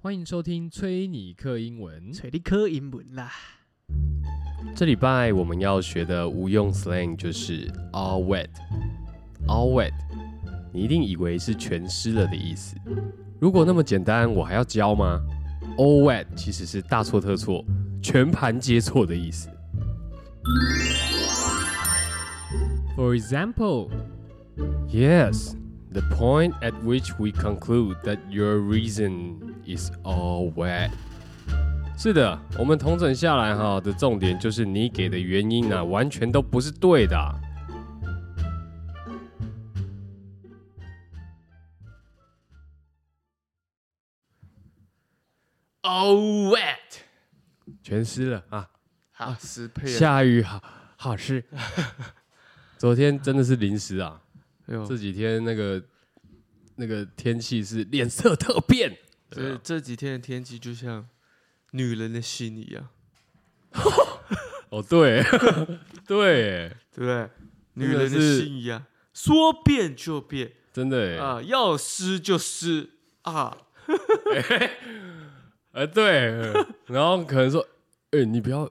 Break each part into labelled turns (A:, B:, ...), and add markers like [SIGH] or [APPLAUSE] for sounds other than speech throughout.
A: 欢迎收听崔尼克英文。
B: 找你考英文啦。
A: 这礼拜我们要学的无用 slang 就是 all wet。all wet，你一定以为是全湿了的意思。如果那么简单，我还要教吗？all wet 其实是大错特错、全盘皆错的意思。For example, yes, the point at which we conclude that your reason is all wet. 是的，我们统整下来哈的重点就是你给的原因啊，完全都不是对的啊。
B: Oh wet，
A: 全湿了啊！
B: 好湿配了。
A: 下雨好好湿。昨天真的是淋湿啊！
B: 哎呦
A: 这几天那个那个天气是脸色特变，
B: 这这几天的天气就像女人的心一样，
A: 哦对 [LAUGHS] 对，
B: 对不对？女
A: 真的
B: 人的
A: 是
B: 心一样，说变就变
A: 真的哎
B: 啊，要湿就湿啊。
A: 哎对，然后可能说哎你不要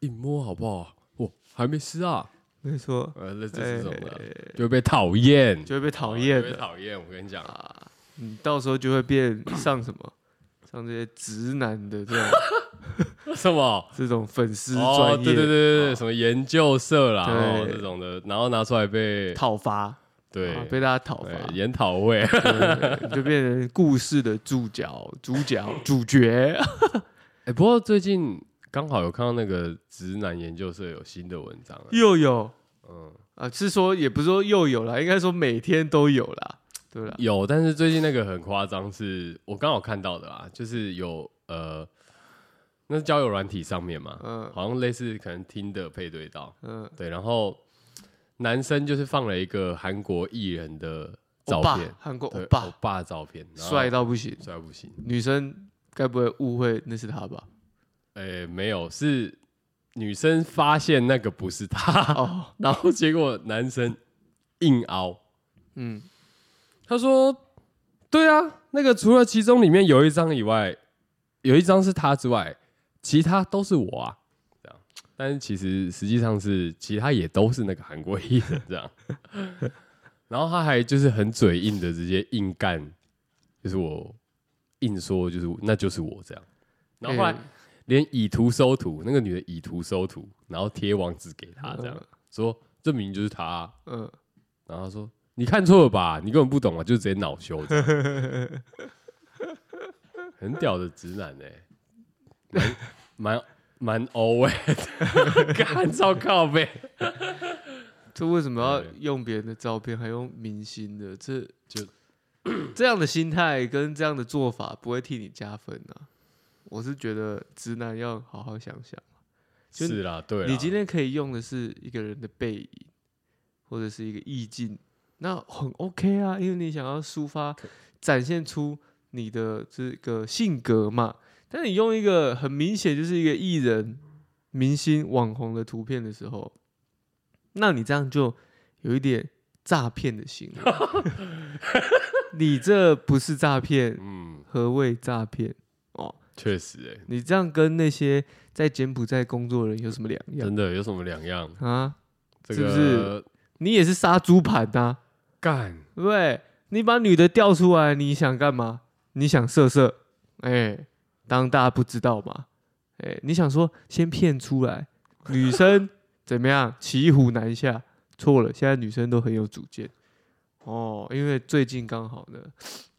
A: 一摸好不好？我还没湿啊，
B: 没错，
A: 呃那这种的啊
B: 哎
A: 就会被讨厌。
B: 就会被讨
A: 特
B: 厌
A: 别
B: 的。啊
A: 讨厌。我跟你讲，
B: 你到时候就会变上什么，上这些直男的这样 [LAUGHS]
A: 什么？
B: 这种粉丝
A: 哦，
B: 专业，
A: 对对对对对，
B: 啊
A: 什么研究社啦，
B: 对
A: 哦这种的，然后拿出来被
B: 讨伐，
A: 对
B: 啊被大家讨伐
A: 对，研讨会，[LAUGHS]
B: [LAUGHS] 对你就变成故事的主角、主角、主角。
A: 哎，不过最近刚好有看到那个直男研究社有新的文章，哎
B: 又有
A: 嗯，
B: 啊，是说也不是说又有啦，应该说每天都有啦，对啦，
A: 有，但是最近那个很夸张，是我刚好看到的啦，就是有呃，那是交友软体上面嘛，
B: 嗯
A: 好像类似可能听的配对到，
B: 嗯，
A: 对，然后男生就是放了一个韩国艺人的照
B: 欧巴
A: 片，，
B: 韩国
A: 对
B: 欧
A: 欧
B: 巴，
A: 巴的照片，然后
B: 帅到不行，
A: 帅不行。
B: 女生该不会误会那是他吧？
A: 诶、没有，是女生发现那个不是他，
B: 哦，
A: [LAUGHS] 然后结果男生硬凹，
B: 嗯，
A: 他说：“对啊，那个除了其中里面有一张以外，有一张是他之外，其他都是我啊。”这样，但是其实实际上是其他也都是那个韩国艺人这样。然后他还就是很嘴硬的直接硬干，就是我硬说就是那就是我这样。然后后来
B: 哎
A: 连以图搜图，那个女的以图搜图，然后贴网址给他，这样、说这明明就是他啊、
B: 嗯，
A: 然后他说你看错了吧，你根本不懂啊，就直接恼羞这样，很屌的直男哎、蛮蛮蛮欧哎， [LAUGHS] 干超靠背，
B: 这为什么要
A: 对
B: 用别人的照片，还用明星的？这
A: 就
B: [CLEARS THROAT] 这样的心态跟这样的做法，不会替你加分啊。我是觉得直男要好好想想。就是
A: 啦，对啦，
B: 你今天可以用的是一个人的背影，或者是一个意境，那很 OK 啊，因为你想要抒发、展现出你的这个性格嘛。但你用一个很明显就是一个艺人、明星、网红的图片的时候，那你这样就有一点诈骗的行为。
A: [LAUGHS]
B: 你这不是诈骗，
A: 嗯，
B: 何谓诈骗？哦，
A: 确实哎、
B: 你这样跟那些在柬埔寨工作的人有什么两样
A: 真的有什么两样？
B: 啊？
A: 这
B: 是
A: 个
B: 不是你也是杀猪盘呐、
A: 干
B: 对不对？你把女的调出来，你想干嘛？你想色色？哎、当大家不知道嘛？哎、你想说先骗出来，女生怎么样？骑虎难下？错了，现在女生都很有主见哦。因为最近刚好呢，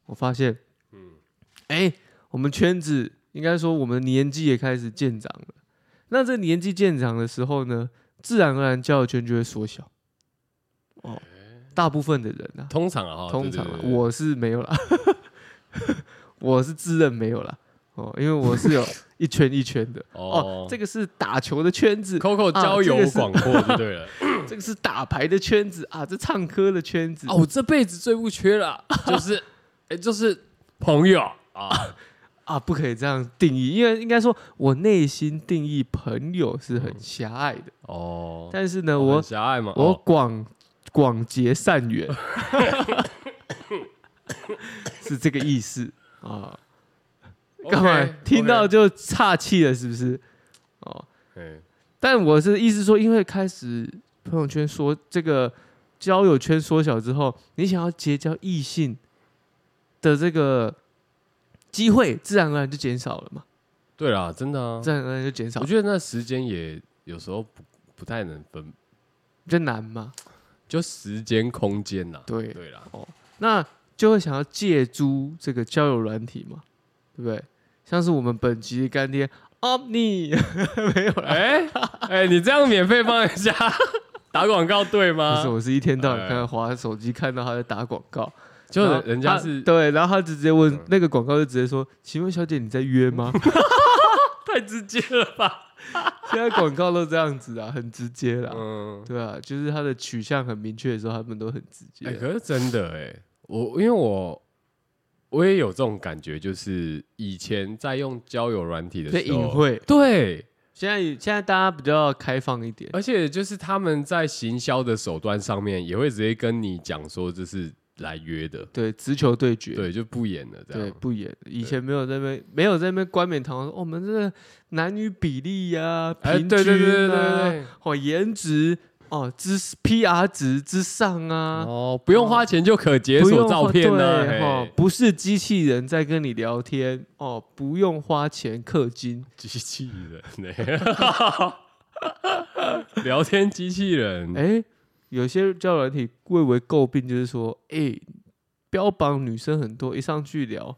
B: 我发现，嗯，哎、我们圈子应该说我们年纪也开始渐长了。那这年纪渐长的时候呢，自然而然交友圈就会缩小。哦，大部分的人啊，
A: 通常啊，哈
B: 通常啦
A: 对对对对
B: 我是没有啦， [LAUGHS] 我是自认没有啦。哦，因为我是有一圈一圈
A: [LAUGHS]
B: 的。哦，这个是打球的圈子，
A: Coco
B: 啊
A: 交
B: 这
A: 友
B: 个是
A: 广阔就对
B: [LAUGHS]
A: 了。
B: 这个是打牌的圈子啊，这唱歌的圈子
A: 哦，我这辈子最不缺了，就是，哎、就是朋友啊，
B: 啊，不可以这样定义，因为应该说我内心定义朋友是很狭隘的，
A: 嗯哦，
B: 但是呢，
A: 哦
B: 我
A: 很狭隘嘛，
B: 我
A: 哦
B: 广广结
A: [LAUGHS]
B: 善缘，是这个意思啊。
A: 哦
B: 干嘛
A: OK，
B: 听到
A: OK
B: 就岔气了，是不是？哦，
A: 哎
B: 但我是意思说，因为开始朋友圈缩这个交友圈缩小之后，你想要结交异性的这个机会，自然而然就减少了嘛，
A: 对啦，真的啊
B: 自，然而然就减少
A: 我，觉得那时间也有时候不不太能分，
B: 比较难嘛。
A: 就时间空间呐。
B: 对，
A: 对啦，
B: 那就会想要借助这个交友软体嘛，对不对？像是我们本集的干爹 Omni，没有啦，
A: 哎哎，你这样免费帮人家 [LAUGHS] 打广告对
B: 不
A: 吗
B: 是，？我是一天到晚
A: 哎
B: 看他滑手机，看到他在打广告，
A: 就
B: 然后
A: 人家
B: 他
A: 是
B: 啊对，然后他直接问
A: 嗯
B: 那个广告就直接说：“请问小姐你在约吗 [LAUGHS]
A: 太直接了吧？？”
B: 现在广告都这样子啊，很直接啦。
A: 嗯，
B: 对啊，就是它的取向很明确的时候，他们都很直接。
A: 哎、可是真的哎、我因为我我也有这种感觉，就是以前在用交友软体的
B: 所以
A: 时候，
B: 隐晦。
A: 对，
B: 现在现在大家比较开放一点，
A: 而且就是他们在行销的手段上面也会直接跟你讲说这是来约的，
B: 对，直球对决。
A: 对，就不演了这
B: 对，
A: 样。啊
B: 不演。以前没有在那边，没有在那边冠冕堂皇说、哦我们这个男女比例呀、
A: 哎，
B: 平均
A: 对
B: 啊，
A: 对对对对
B: 哦，颜值哦之 PR 值之上
A: 对，
B: 啊，
A: 哦，不用花钱就可解
B: 不用
A: 锁照片呢、
B: 对哦
A: 嘿，
B: 不是机器人在跟你聊天哦，不用花钱氪金，
A: 机器人、欸， [LAUGHS] 聊天机器人，
B: 哎，有些交友软体蔚为诟病，就是说，哎，标榜女生很多，一上去聊，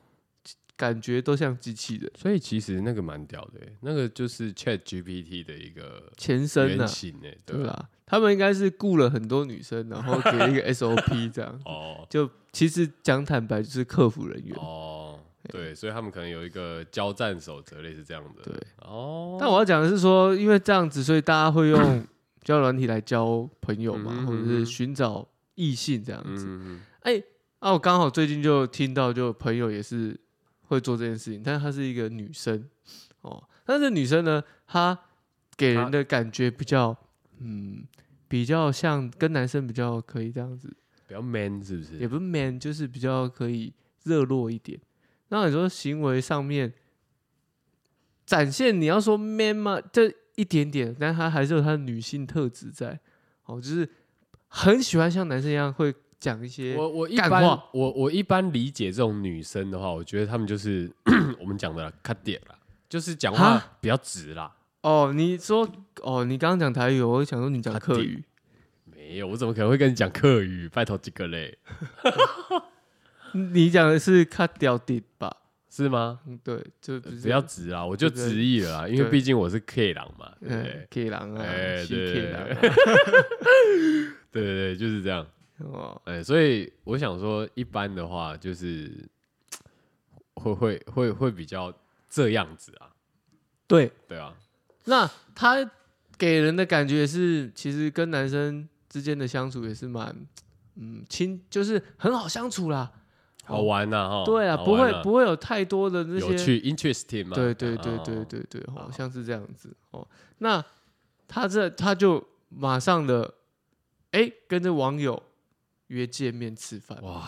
B: 感觉都像机器人
A: 所以其实那个蛮屌的欸，那个就是 Chat GPT 的一个
B: 前身
A: 原
B: 啊，
A: 型哎，
B: 对
A: 对吧？
B: 啦，他们应该是雇了很多女生，然后给
A: [LAUGHS]
B: 一个 SOP 这样。
A: 哦
B: 就其实讲坦白，就是客服人员。
A: 哦，
B: 哎
A: 对，所以他们可能有一个交战守则，类似这样的。
B: 对，
A: 哦，
B: 但我要讲的是说，因为这样子，所以大家会
A: [COUGHS]
B: 用交友软体来交朋友嘛，
A: 嗯
B: 或者
A: 嗯
B: 是
A: 嗯
B: 寻找异性这样子。
A: 嗯，
B: 哎、啊，我刚好最近就听到，就有朋友也是会做这件事情，但是她是一个女生哦，但是女生呢，她给人的感觉比较，嗯，比较像跟男生比较可以这样子。
A: 比较 man 是不
B: 也
A: 是？
B: 不是 man，就是比较可以热络一点。那你说行为上面展现，你要说 man 吗？这一点点，但他还是有他的女性特质在。哦，就是很喜欢像男生一样会讲一些
A: 我我一
B: 干
A: 般
B: 话
A: 我我一般理解这种女生的话，我觉得她们就是 [COUGHS] 我们讲的啦，卡点啦，就是讲话
B: 哈
A: 比较直啦。
B: 哦，你说哦，你刚刚讲台语，我想说你讲
A: 他
B: 客
A: 点
B: 语。
A: 没有，我怎么可能会跟你讲客语？拜托这个嘞，
B: 你讲的是 cut 掉 d 吧？
A: 是吗？
B: 嗯，对，就不是
A: 比较直啊，我就
B: 对不对
A: 直译了啦，因为
B: 对
A: 毕竟我是 K 郎嘛，对不对
B: 嗯？K 狼啊
A: 哎，
B: 西
A: 对 [LAUGHS]
B: K 狼啊，
A: 对对对，就是这样。
B: 哦，
A: 哎、所以我想说，一般的话就是 [COUGHS] 会会会会比较这样子啊，
B: 对，
A: 对啊，
B: 那他给人的感觉也是，其实跟男生之间的相处也是蛮，嗯，亲，就是很好相处啦。
A: 好玩呐、哈，
B: 对啊，
A: 好
B: 不
A: 玩
B: 会
A: 啊
B: 不会有太多的那
A: 有
B: 些，
A: 趣，interesting 嘛，
B: 对对对
A: 哦
B: 对，对对，好
A: 好
B: 像是这样子哦。那他这他就马上的，哎，跟着网友约见面吃饭
A: 哇，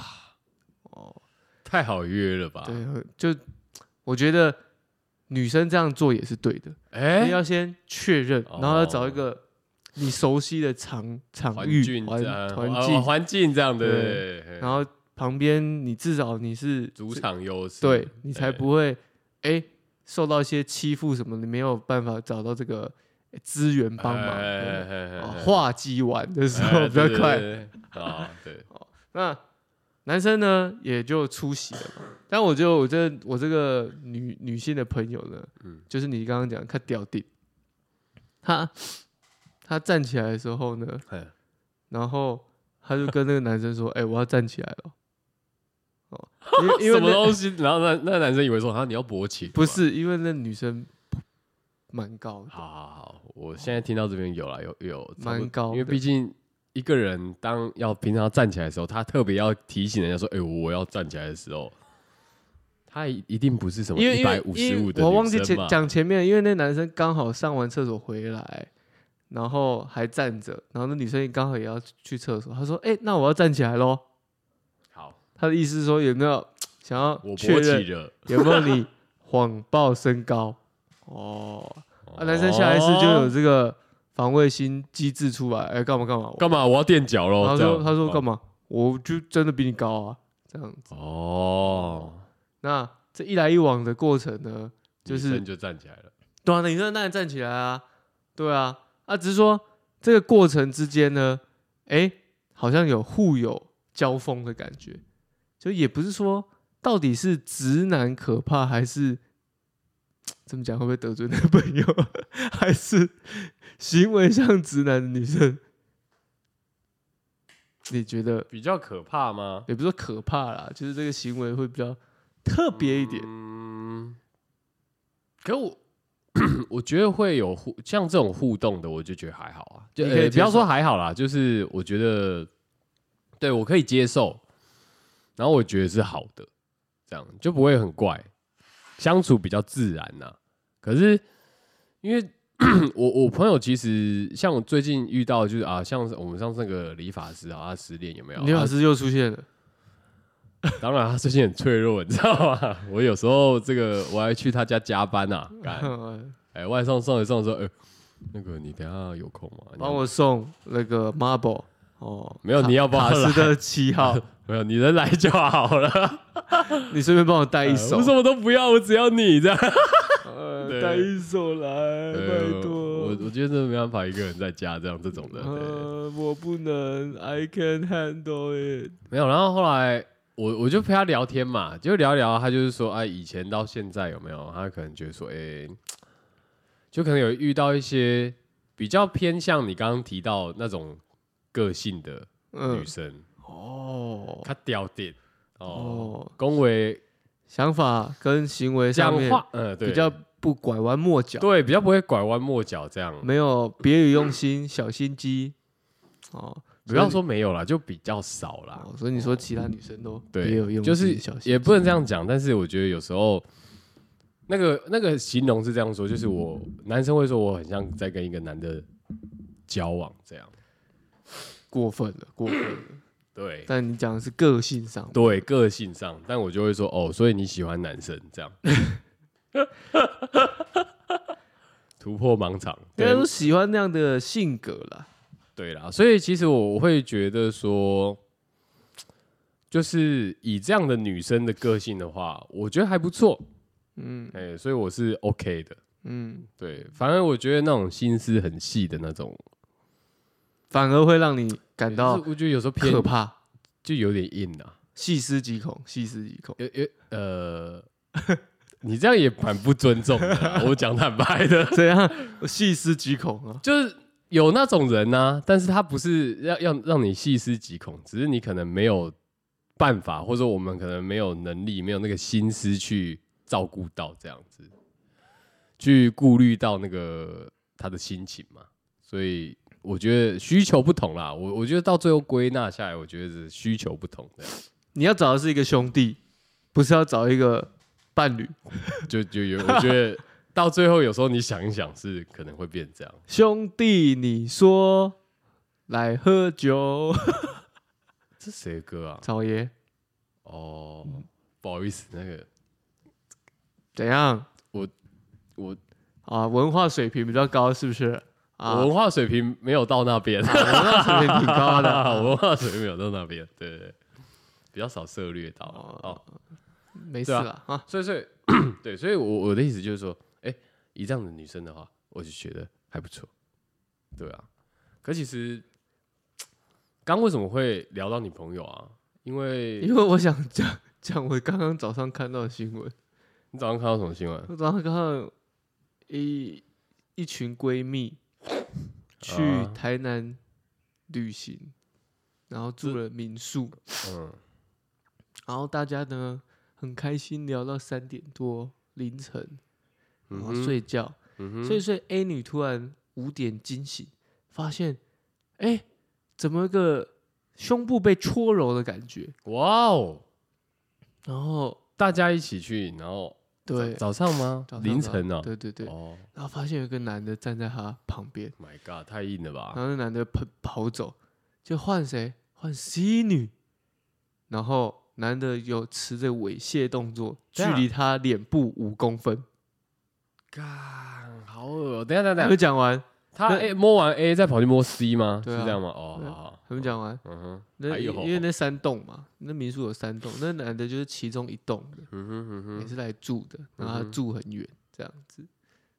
B: 哦，
A: 太好约了吧？
B: 对，就我觉得女生这样做也是对的，
A: 哎、
B: 要先确认，然后要找一
A: 哦
B: 个你熟悉的场场
A: 环
B: 域
A: 境
B: 环
A: 这样
B: 环
A: 哦
B: 境，
A: 环境这样的，
B: 对
A: 对对
B: 然后旁边你至少你是
A: 主，场优势，
B: 对你才
A: 哎
B: 不会哎、受到一些欺负什么，你没有办法找到这个哎资源帮忙。
A: 哎
B: 对哦画技完的时候比较快。
A: 啊，对，
B: 那男生呢也就出席了嘛，但我就我这我这个女女性的朋友呢， [LAUGHS]
A: 嗯
B: 就是你刚刚讲看吊顶，他他站起来的时候呢，
A: 哎
B: 然后他就跟那个男生说：“ [LAUGHS] 哎、我要站起来了。”哦，因为因为
A: 什么
B: 那
A: 东西？ [LAUGHS] 然后那那男生以为说啊，你要勃起，
B: 不是因为那女生蛮高的，
A: 好好好，我现在听到这边有了，有有差不多
B: 蛮高的
A: 因为毕竟一个人当要平常站起来的时候，他特别要提醒人家说：“哎、我要站起来的时候。”他一一定不是什么
B: 因为
A: 一
B: 因
A: 百
B: 为
A: 五十
B: 因
A: 五
B: 为
A: 的
B: 我忘
A: 女
B: 记
A: 生
B: 前
A: 嘛
B: 讲前面，因为那男生刚好上完厕所回来，然后还站着，然后那女生刚好也要去厕所，他说：“哎、那我要站起来喽。
A: 好，”
B: 他的意思是说有没有想要
A: 我
B: 确
A: 勃
B: 认 [LAUGHS]
A: 起了，
B: 有没有你谎报身高。哦，啊，男生下一次就有
A: 哦
B: 这个防卫心机制出来，哎、干嘛干嘛？哦
A: 干嘛？我要垫脚喽。
B: 他
A: 这
B: 说
A: 样
B: 他说干嘛？我就真的比你高啊，这样子。
A: 哦，
B: 那这一来一往的过程呢，就
A: 女
B: 是
A: 生就站起来了。
B: 对啊，女生当然站起来啊，对啊，啊，只是说这个过程之间呢，哎，好像有互有交锋的感觉，就也不是说到底是直男可怕还是怎么讲会不会得罪男朋友， [LAUGHS] 还是行为像直男的女生，你觉得
A: 比较可怕吗？
B: 也不是说可怕啦，就是这个行为会比较特别一点，
A: 嗯，可我 [CLEARS THROAT] 我觉得会有互像这种互动的，我就觉得还好啊。就、
B: 你可以
A: 呃
B: 接
A: 不要说
B: 受
A: 还好啦，就是我觉得对我可以接受，然后我觉得是好的，这样就不会很怪，相处比较自然呐、可是因为 [CLEARS THROAT] 我我朋友其实像我最近遇到的就是啊，像是我们上次那个理发师啊，他失恋有没有？
B: 刘老师又出现 [LAUGHS] 了，
A: 当然，他啊最近很脆弱，你知道吗？ [LAUGHS] 我有时候这个我还去他家加班
B: [LAUGHS]
A: 啊，干哎、外送送一送说，呃，那个你等一下有空吗？你要
B: 帮我送那个 marble 哦，
A: 没有
B: 卡
A: 你要帮我
B: 卡斯
A: 来
B: 特七
A: [LAUGHS]
B: 号，
A: 没有，你人来就好了，
B: 你顺便帮我带一手
A: 哎我，什么都不要，我只要你
B: [LAUGHS]
A: 这样。
B: 呃
A: 对
B: 带一手来，
A: 对
B: 拜
A: 我
B: 托。
A: 我觉得真的没办法一个人在家这样这种
B: [LAUGHS]
A: 的，对，
B: 呃，我不能，I can handle it。
A: 没有。然后后来我我就陪他聊天嘛，就聊一聊，他就是说，哎、以前到现在有没有？他可能觉得说，哎、就可能有遇到一些比较偏向你刚刚提到那种个性的
B: 嗯
A: 女，生，
B: 哦
A: 她屌点哦，
B: 哦，
A: 恭维
B: 想法跟行为上
A: 讲
B: 面
A: 话，嗯，对，
B: 比较不拐弯抹角，
A: 对，比较不会拐弯抹角这样。
B: 没有别有用心，小心机。哦，
A: 不要
B: 所
A: 说没有啦，就比较少
B: 以
A: 啦。
B: 你，哦所以你说其他女生都别有
A: 对，
B: 用心，
A: 就是
B: 小心
A: 也不能这
B: 样。
A: 样讲，但是我觉得有时候那个那个形容是这样说，就是我男生会说我很像在跟一个男的交往这样。
B: 过分了，过分了。
A: 对
B: 但你讲的是个性上，
A: 对，个性上，但我就会说哦，所以你喜欢男生
B: [LAUGHS]
A: 这样，突破盲场。
B: 应该
A: 对
B: 说喜欢那样的性格啦。
A: 对啦，所以其实我我会觉得说，就是以这样的女生的个性的话，我觉得还不错，
B: 嗯
A: 哎、所以我是 OK 的。
B: 嗯，
A: 对，反而我觉得那种心思很细的那种，
B: 反而会让你感
A: 就
B: 到
A: 是我觉得有时候偏
B: 哦可怕，
A: 就有点硬啊，
B: 细思极恐，细思极
A: [LAUGHS]
B: 恐。
A: 有有呃， [LAUGHS] 你这样也蛮不尊重的啦，我讲坦白的，
B: 怎样？我细思极恐啊！
A: 就是有那种人呢、但是他不是要要让你细思极恐，只是你可能没有办法，或者我们可能没有能力，没有那个心思去照顾到这样子，去顾虑到那个他的心情嘛。所以我觉得需求不同啦，我我觉得到最后归纳下来，我觉得是需求不同的，
B: 你要找的是一个兄弟，不是要找一个伴侣。
A: 就就有我觉得到最后有时候你想一想是可能会变这样。
B: 兄弟，你说来喝酒， [LAUGHS]
A: 这谁的歌啊？
B: 草爷
A: 哦，不好意思，那个
B: 怎样
A: 我
B: 啊？文化水平比较高是不是？啊，
A: 我文化水平没有到那边，
B: 啊文化水平挺高
A: 我 [LAUGHS]
B: 的，
A: 文化水平没有到那边，对对对，比较少涉猎到哦
B: 哦。没事了啊。
A: 所以所以 [CLEARS THROAT] 对，所以我我的意思就是说，哎，以这样的女生的话，我就觉得还不错，对啊。可其实刚为什么会聊到你朋友啊？因为
B: 因为我想讲讲我刚刚早上看到的新闻，
A: 你早上看到什么新闻？
B: 我早上看到一一群闺
A: [LAUGHS]
B: 蜜去
A: 啊
B: 台南旅行，然后住了民宿，
A: 嗯，
B: 然后大家呢很开心聊到三点多凌晨，然
A: 嗯
B: 后
A: 哼，
B: 睡觉，
A: 嗯哼，
B: 睡一睡 A 女突然五点惊醒，发现哎、怎么个胸部被搓揉的感觉，
A: 哇哦，
B: 然后
A: 大家一起去，然后
B: 对。
A: 早早上吗
B: 早？上
A: 凌
B: 早
A: 晨啊？
B: 对对对，
A: 哦
B: 然后发现有个男的站在他旁边，
A: ，My God，太硬了吧
B: 然？后那男的跑跑走，就换谁换 C 女，然后男的有持着猥亵动作，距
A: 等一下
B: 离他脸部五公分。
A: 干，好恶哦！等一下等一下
B: 还
A: 等一下，
B: 没讲完，
A: 他
B: 那
A: A 摸完 A 再跑去摸 C 吗？
B: 对啊
A: 是这样吗？哦，
B: 对
A: 好
B: 啊
A: 好，
B: 还没讲完。
A: 嗯哼，
B: 那
A: 哎
B: 因
A: 呦
B: 因为那三栋嘛，那民宿有三栋，那男的就是其中一栋的，
A: 嗯哼嗯
B: 也
A: 哼，
B: 是来住的，然后
A: 嗯
B: 他
A: 哼
B: 住很远，这样子，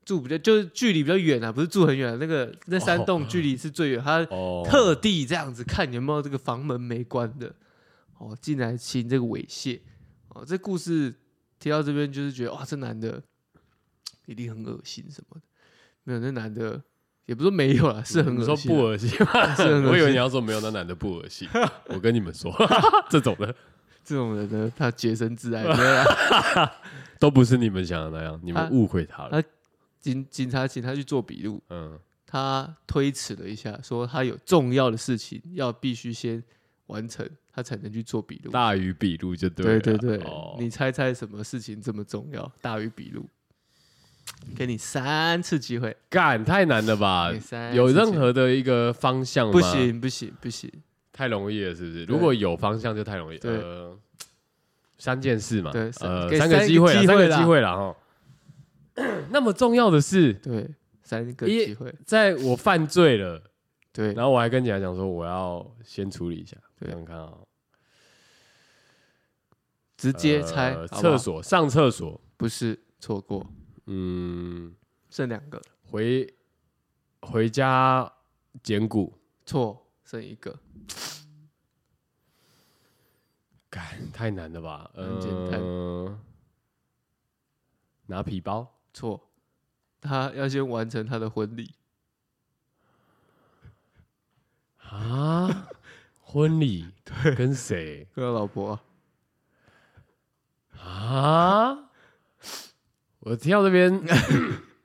B: 住比较就是距离比较远啊，不是住很远啊、那个那三
A: 哦
B: 栋距离是最远，他
A: 哦，
B: 特地这样子看有没有这个房门没关的，哦，进来行这个猥亵，哦，这故事提到这边就是觉得哇，这男的一定很恶心什么的，没有，那男的也不是说没有啦，是很
A: 嗯你
B: 恶
A: 说
B: 心啊，
A: 不恶心吗？
B: [LAUGHS] 是很恶心
A: 我以为你要说没有，那男的不恶
B: [LAUGHS]
A: 心。我跟你们说， [LAUGHS] 这种的
B: 这种人呢，他洁身自
A: [LAUGHS]
B: 爱，没有啦
A: 都不是你们想的那样，你
B: 啊
A: 们误会他了。
B: 警警察请他去做笔录，
A: 嗯，
B: 他推迟了一下，说他有重要的事情要必须先完成，他才能去做笔录。
A: 大于笔录就对
B: 对
A: 了。
B: 对对，
A: 哦
B: 你猜猜什么事情这么重要，大于笔录？给你三次机会，
A: 干太难了吧
B: 给？三
A: 啊有
B: 次
A: 任
B: 机
A: 何的一个方向吗？
B: 不，行不行不行，
A: 太容易了，是不是？
B: 对
A: 如果有方向就太容易。
B: 对
A: 呃，三件事嘛，
B: 对
A: 呃，
B: 给
A: 三
B: 三
A: 个
B: 个
A: 机会啦，
B: 机
A: 三
B: 会
A: 个
B: 啦
A: 机会了哈。 [COUGHS] 那么重要的是，
B: 对，三个
A: 一呃
B: 机会，
A: 在我犯罪了，
B: 对
A: 然后我还跟警察讲说，我要先处理一下，
B: 对
A: 想想看啊，
B: 直接猜，
A: 呃
B: 好不好
A: 厕所上厕所，
B: 不是错过，
A: 嗯，
B: 剩两个
A: 回回家捡骨，
B: 错，剩一个，
A: 太难了吧？
B: 很简单
A: 呃拿皮包，
B: [LAUGHS] 错，他要先完成他的婚礼。
A: 啊，婚礼跟谁
B: 跟他老婆、
A: 啊？我听到这边，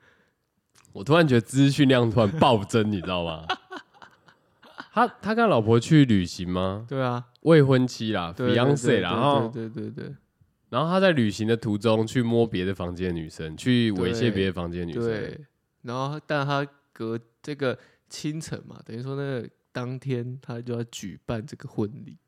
A: [COUGHS] 我突然觉得资讯量突然暴增，你知道吗？他他跟他老婆去旅行吗？
B: 对啊
A: 未婚妻啦
B: 对对对
A: ，Beyonce 啦，然哦后
B: 对对对
A: 然后他在旅行的途中去摸别的房间的女生，去猥亵
B: 对
A: 别的房间的女
B: 对
A: 生，
B: 对，然后但他隔这个清晨嘛，等于说那个当天他就要举办这个婚礼，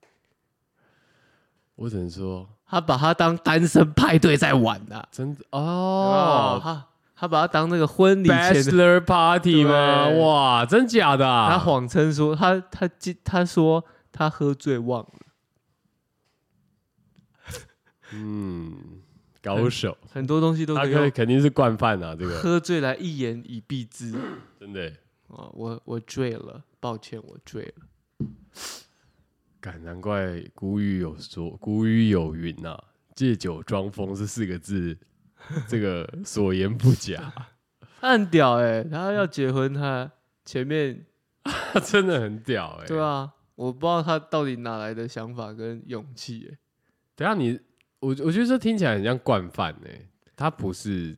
A: 我只能说
B: 他把他当单身派对在玩呐、
A: 真的
B: 哦，
A: 哦
B: 他他把他当那个婚礼前的，
A: ，Bachelor Party 吗？
B: 对
A: 哇，真假的啊？
B: 他谎称说他他记他说他喝醉忘了，
A: 嗯，高手，
B: 很多东西都
A: 他
B: 可以
A: 可
B: 用
A: 肯定是惯犯啊，这个
B: 喝醉来一言以蔽之。
A: 真的
B: 哦，我我醉了，抱歉，我醉了。
A: 感，难怪古语有说，古语有云呐、借酒装疯”这四个字，这个所言不
B: [LAUGHS]
A: 假，
B: 他很屌哎、他要结婚，他前面
A: 他 [LAUGHS] 真的很屌哎、
B: 啊 [LAUGHS] 对，啊，我不知道他到底哪来的想法跟勇气、
A: [LAUGHS]
B: 欸。
A: 等一下你，我我觉得这听起来很像惯犯哎、他不是，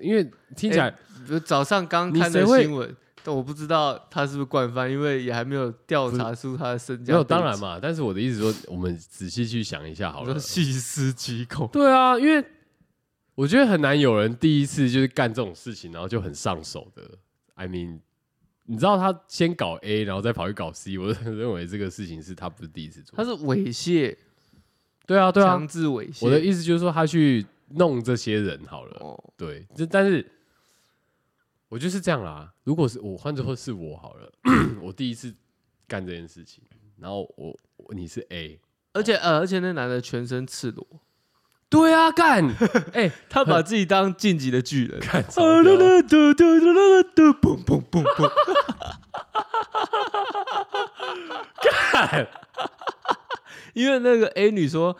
A: 因为听起来、
B: 比如早上刚
A: 你
B: 看的
A: 谁会
B: 新闻，但我不知道他是不是惯犯，因为也还没有调查出他的身家。
A: 没有当然，嘛，但是我的意思说，我们仔细去想一下好
B: 我
A: 了
B: 说，细思极恐。
A: 对啊，因为我觉得很难有人第一次就是干这种事情，然后就很上手的。I mean，你知道他先搞 A，然后再跑去搞 C，我就认为这个事情是他不是第一次做
B: 他。是猥亵，
A: 对啊，对啊
B: 强。制猥亵。
A: 我的意思就是说，他去弄这些人好了。
B: 哦，
A: 对，这但是我就是这样啦。如果是我换作是我好了， [CLEARS THROAT] 我第一次干这件事情，然后我我你是 A，
B: 而且呃，而且那男的全身赤裸，
A: 对啊，干， [LAUGHS] 哎、
B: 他把自己当晋级的巨
A: [LAUGHS]
B: 人。
A: 干超
B: 啊
A: 屌
B: 啦
A: 的
B: 啦嘟嘟啦啦嘟，砰砰砰砰，
A: 干
B: 因为那个 A 女说，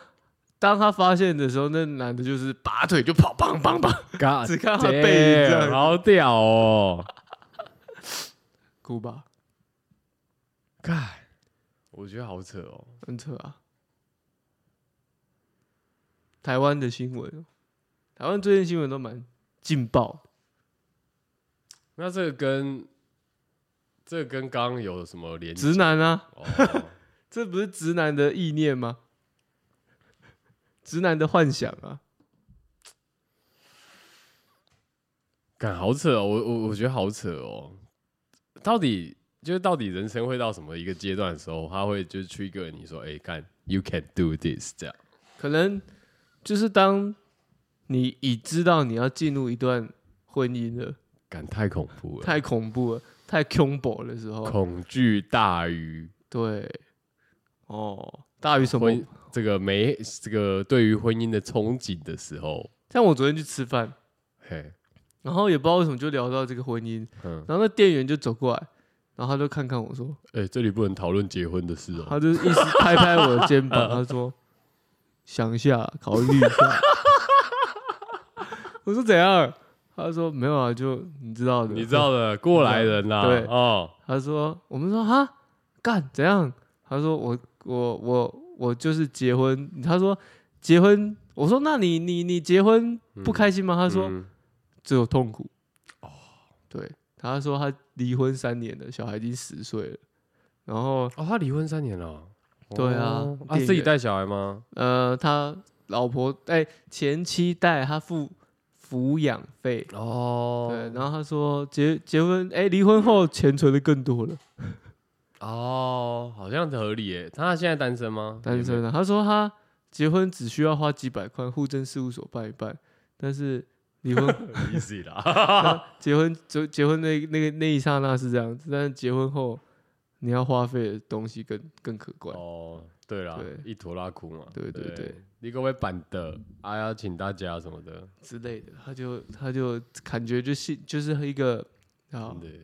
B: 当她发现的时候，那男的就是拔腿就跑，砰砰砰，
A: God，
B: 只看到他背影这样
A: damn，好屌哦！
B: 哭吧，
A: 干，我觉得好扯哦。
B: 很扯啊。台湾的新闻，台湾最近新闻都蛮劲爆，
A: 那这个跟这个跟刚刚有什么连接？
B: 直男啊，
A: 哦，
B: 这不是直男的意念吗？直男的幻想啊，
A: 干好扯哦！我我我觉得好扯哦。到底就是到底人生会到什么一个阶段的时候，他会就是 trigger 你说，哎、干，you can do this 这样。
B: 可能就是当你已知道你要进入一段婚姻了，
A: 感太恐怖了，
B: 太恐怖了，太恐怖的时候，
A: 恐惧大于
B: 对，哦，大于什么？
A: 婚这个没这个对于婚姻的憧憬的时候，
B: 像我昨天去吃饭，
A: 嘿，
B: 然后也不知道为什么就聊到这个婚姻，
A: 嗯，
B: 然后那店员就走过来，然后他就看看我说，
A: 哎、这里不能讨论结婚的事哦、
B: 他就一直拍拍我的肩膀，他说：“想一下，考虑一下。”我说：“怎样？”他说：“没有啊，就你知道的。”
A: 你知道的，过来人啦、
B: 对
A: 哦，
B: 他说：“我们说哈干怎样？”他说：“我我我我就是结婚。”他说：“结婚。”我说：“那你你你结婚不开心吗？”他
A: 他
B: 说：“只有痛苦。”哦，对，他说他离婚三年了，小孩已经十岁了。然后
A: 哦，他离婚三年了哦、
B: 对啊
A: 哦啊，
B: 店员
A: 自己带小孩吗？
B: 呃，他老婆哎、前妻带他付抚养费。
A: 哦，
B: 对，然后他说结结婚，哎、离婚后钱存的更多了，
A: 哦，好像合理耶。他现在单身吗？
B: 单身
A: 也
B: 了。他说他结婚只需要花几百块，户政事务所办一办，但是离婚 [LAUGHS]
A: 没 easy 啦。
B: 他结婚结结婚那那个那一刹那是这样子，但是结婚后你要花费的东西更更可观。
A: 哦，对啦
B: 对，
A: 一坨拉苦嘛。
B: 对对对，
A: 你各位版的，哎呀，请大家什么的，
B: 之类的，他就他就感觉就是就是一个啊
A: 对，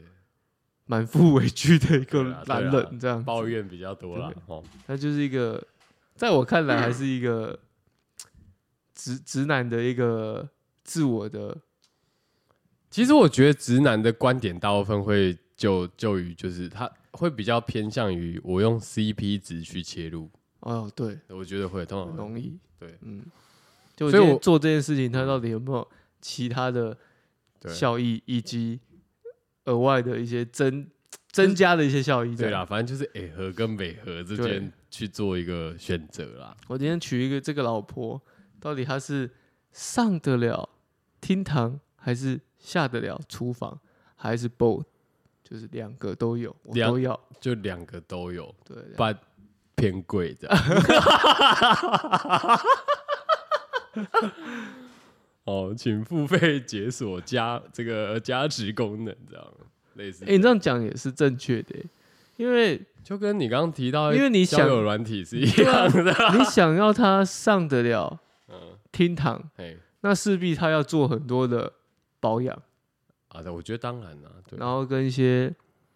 B: 满腹委屈的一个
A: 对啊对
B: 男
A: 啊
B: 人这样子
A: 抱怨比较多啦
B: 对。
A: 哦，
B: 他就是一个，在我
A: [CLEARS THROAT]
B: 看来还是一个直直男的一个自我的，
A: 其实我觉得直男的观点大部分会就就于就是他会比较偏向于我用 CP 值去切入，
B: 哦，对，
A: 我觉得会通
B: 很
A: 常会
B: 容易，
A: 对
B: 嗯，就
A: 所
B: 所
A: 以
B: 以
A: 我
B: 我做这件事情，他到底有没有其他的
A: 对
B: 效益，以及额外的一些增增加的一些效益？
A: 对啊啦，，反正就是 A 和跟北和之间
B: 对
A: 去做一个选择啦。
B: 我今天娶一个这个老婆，到底她是上得了厅堂，还是下得了厨房，还是 both？就是两个都有，我
A: 两
B: 都要。
A: 就两个都有，
B: 对，两
A: 但偏贵这样。 [LAUGHS] 哦，请付费解锁加这个呃加值功能，这样类似
B: 哎、。你这样讲也是正确的欸，因为
A: [LAUGHS] 就跟你刚刚提到，
B: 因为你
A: 交
B: 想啊
A: 友软体是一样 [LAUGHS] 的。
B: 你想要他上得了
A: 嗯，
B: 厅堂，
A: 哎，
B: 那势必他要做很多的保养，
A: 啊，对我觉得当然啦，对
B: 然，后跟一些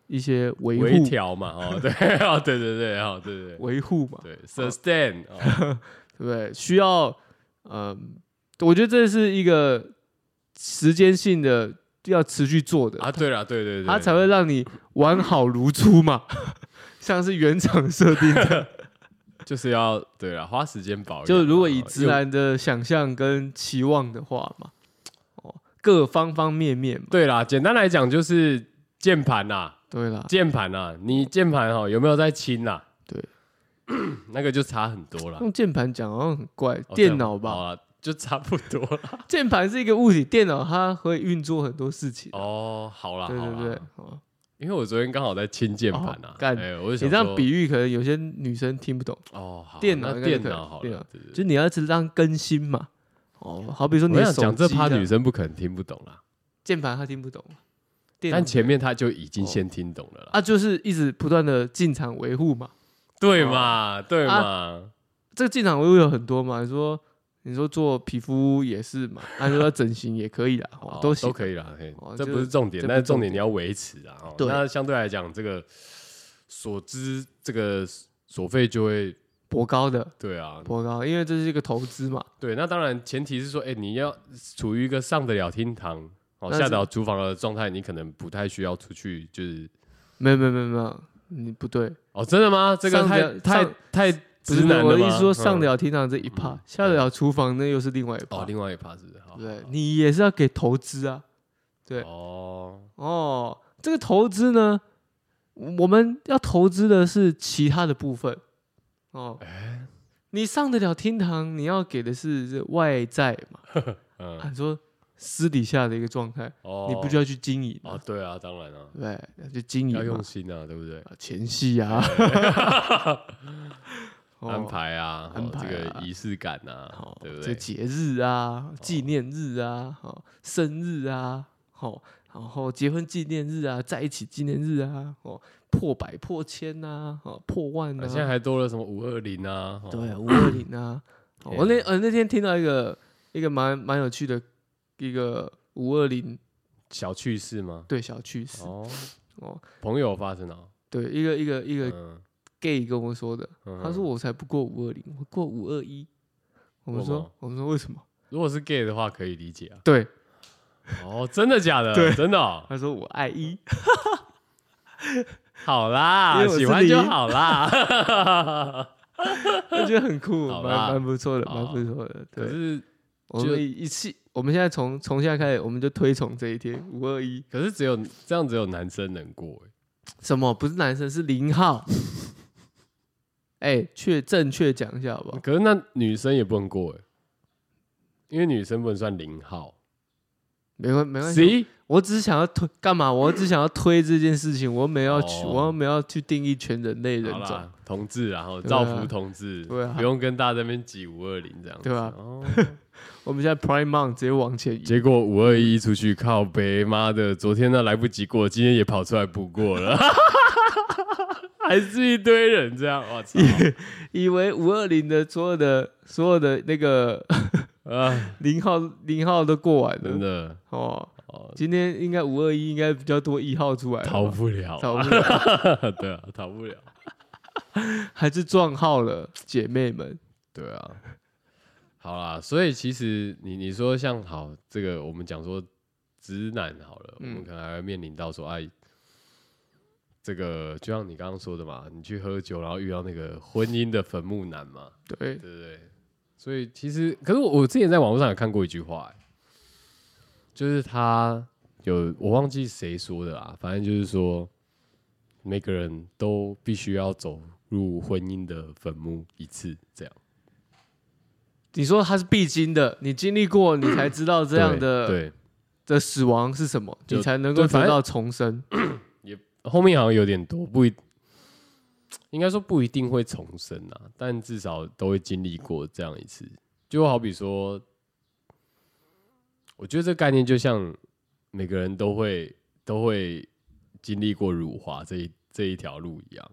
B: 一些维
A: 微
B: 护
A: 调嘛，哦，对， [LAUGHS] 哦，对对对，哦，对对
B: 维护嘛，
A: 对对，sustain，哦
B: 对不对？需要，嗯、我觉得这是一个时间性的要持续做的，
A: 啊，对啦，对对对，
B: 它才会让你完好如初嘛， [LAUGHS] 像是原厂设
A: [LAUGHS]
B: 定的。
A: 就是要对了，花时间保养。
B: 就如果以
A: 哦
B: 直，男的想象跟期望的话嘛，哦，各方方面面嘛
A: 用，对啦，简单来讲就是键盘啦，
B: 对啦，
A: 键盘啦，你键盘哦有没有在清啦？
B: 对，
A: [CLEARS THROAT] 那个就差很多啦。
B: 用键盘讲好像很怪，
A: 哦
B: 电脑
A: 这样好
B: 吧，
A: 啊，就差不多 [LAUGHS] 啦。
B: 键盘是一个物体，电脑它会运作很多事情，
A: 哦，好啦，
B: 对
A: 好
B: 对
A: 啦
B: 对，哦
A: 因为我昨天刚好在清键盘啊
B: 哦，干
A: 哎，我就
B: 你
A: 想
B: 这样
A: 说
B: 比喻可能有些女生听不懂，
A: 哦，好
B: 电
A: 那
B: 脑应该
A: 电
B: 就可以
A: 脑好
B: 电
A: 了
B: 脑，
A: 对对
B: 就是
A: 对
B: 你要是让更新嘛，哦，好比说你
A: 我
B: 的
A: 想
B: 手
A: 讲这
B: 机
A: 趴
B: 的
A: 女生不可能听不懂啦，
B: 键盘她听不懂，电脑
A: 但前面她就已经
B: 哦
A: 先听懂了啦。
B: 啊就是一直不断的进场维护嘛，
A: 对
B: 哦
A: 嘛，对
B: 啊
A: 嘛，
B: 这个进场维护有很多嘛，你说你说做皮肤也是嘛，啊你说整形也可以啦，哦
A: [LAUGHS] 哦
B: 都行
A: 都可以啦，嘿
B: 哦
A: 这
B: 就
A: 不是重点，
B: 这不
A: 但是
B: 重
A: 重点
B: 点
A: 你要维持啊。哦
B: 对
A: 那相对来讲，这个所知这个所费就会
B: 博高的
A: 对啊，
B: 博高，因为这是一个投资嘛，
A: 对。那当然前提是说，哎，你要处于一个上得了厅堂哦，
B: 那
A: 下
B: 是
A: 得了厨房的状态，你可能不太需要出去，就是
B: 没有没有没有没有，你不对，
A: 哦，真的吗？这个
B: 上得
A: 太
B: 了
A: 太
B: 上
A: 太
B: 不
A: 直
B: 是
A: 男
B: 我
A: 了
B: 的意
A: 吗
B: 思说上
A: 嗯
B: 得了厅堂这一趴，下得了厨房那又是另外一
A: 哦
B: 趴，，对
A: 另外一趴是不是好
B: 不对
A: 好，
B: 你也是要给投资啊。对
A: 哦，
B: 哦，这个投资呢，我们要投资的是其他的部分。哦，
A: 哎，
B: 你上得了厅堂，你要给的是这外在嘛，
A: 嗯，
B: 啊你说私底下的一个状态，
A: 哦，
B: [LAUGHS] 你不就要去经营嘛
A: 哦，对啊，当然啊
B: 对，不对，要去经
A: 要
B: 营
A: 用 [LAUGHS]
B: 嘛，啊
A: 心啊，对不对？
B: 啊前戏啊，
A: [LAUGHS]
B: 哦
A: 安排啊，
B: 安
A: 哦
B: 排
A: 这个
B: 啊
A: 仪式感啊
B: 哦，，
A: 对哦不
B: 这
A: 对？
B: 节日啊，纪念日啊，哦，生日啊，哦，然后结婚纪念日啊，在一起纪念日啊，哦，破百破千呐、啊，哦，破万
A: 啊现在
B: 啊，
A: 还多了什么五二零啊？哦
B: 对，五二零啊，
A: [COUGHS]
B: 哦我
A: 哎
B: 那呃那天听到一个一个蛮蛮有趣的一个五二零
A: 小趣事吗？
B: 对小趣事
A: 哦，
B: [LAUGHS] 哦，
A: 朋友发生了，
B: 对，一个一个一个
A: 嗯，
B: gay 跟我说的，
A: 嗯
B: 他说我才不过五二零，我过五二一，我们
A: 为什
B: 说
A: 么
B: 我们说为什么？
A: 如果是 gay 的话可以理解啊。
B: 对，
A: 哦，真的假的？
B: 对
A: 真的哦。
B: 他说我爱一。
A: [LAUGHS] 好
B: 因
A: 啦，
B: 为我是
A: 喜欢就
B: 零
A: 好啦。
B: 我觉得很酷，
A: 好
B: 蛮
A: 啦哦
B: 蛮不错的，蛮
A: 好
B: 不错的。
A: [LAUGHS] 可
B: 对，
A: 是
B: 我们一起，我们现在从从现在开始，我们就推崇这
A: [LAUGHS]
B: 一天五二一。
A: 可是只有这样，只有男生能过欸。
B: 什么？不是男生，是零号。 [LAUGHS] 哎，确正确讲一下好不好？
A: 可是那女生也不能过哎，因为女生不能算零号。
B: 没关没关系，
A: 谁？
B: 我只是想要推干嘛？我只想要推这件事情，我没有要去，
A: 哦
B: 我又没有要去定义全人类人
A: 好
B: 种
A: 啦，，同志啊，然后
B: 对啊
A: 造福同志，
B: 对啊
A: [LAUGHS] 不用跟大家在那边挤五二零这样子。
B: 对啊
A: 哦
B: 我们现在 Prime Month 直接往前移。
A: 结果五二一出去靠北，妈的，昨天那来不及过，今天也跑出来补过了， [LAUGHS] 还是一堆人这样，我操！
B: 以为五二零的所有的所有的那个 [LAUGHS]
A: 啊，
B: 零号零号都过完
A: 真
B: 了
A: 的
B: 哦， [LAUGHS]
A: 哦，
B: 今天应该五二一应该比较多一号出来了吧，
A: 逃不
B: [LAUGHS]
A: 了，
B: 逃不了，
A: 对啊，逃不了，
B: 还是撞
A: [CLEARS THROAT]
B: 号了，姐妹们。
A: 对啊。 [LAUGHS] 好啦，所以其实你你说像好这个，我们讲说直男好了，
B: 嗯
A: 我们可能还会面临到说，哎，这个就像你刚刚说的嘛，你去喝酒，然后遇到那个婚姻的坟墓男嘛，
B: 对，
A: 对不对？所以其实，可是我我之前在网络上有看过一句话、欸就是他有我忘记谁说的啦，反正就是说，每个人都必须要走入婚姻的坟墓一次，这样
B: 你说它是必经的，你经历过，你才知道这样的
A: 对
B: 的死亡是什么，
A: 就
B: 你才能够
A: 对反
B: 得
A: 正
B: 到重生。
A: 对后面好像有点多，不一应该说不一定会重生啊，但至少都会经历过这样一次。就好比说，我觉得这概念就像每个人都会都会经历过辱华这一这一条路一样。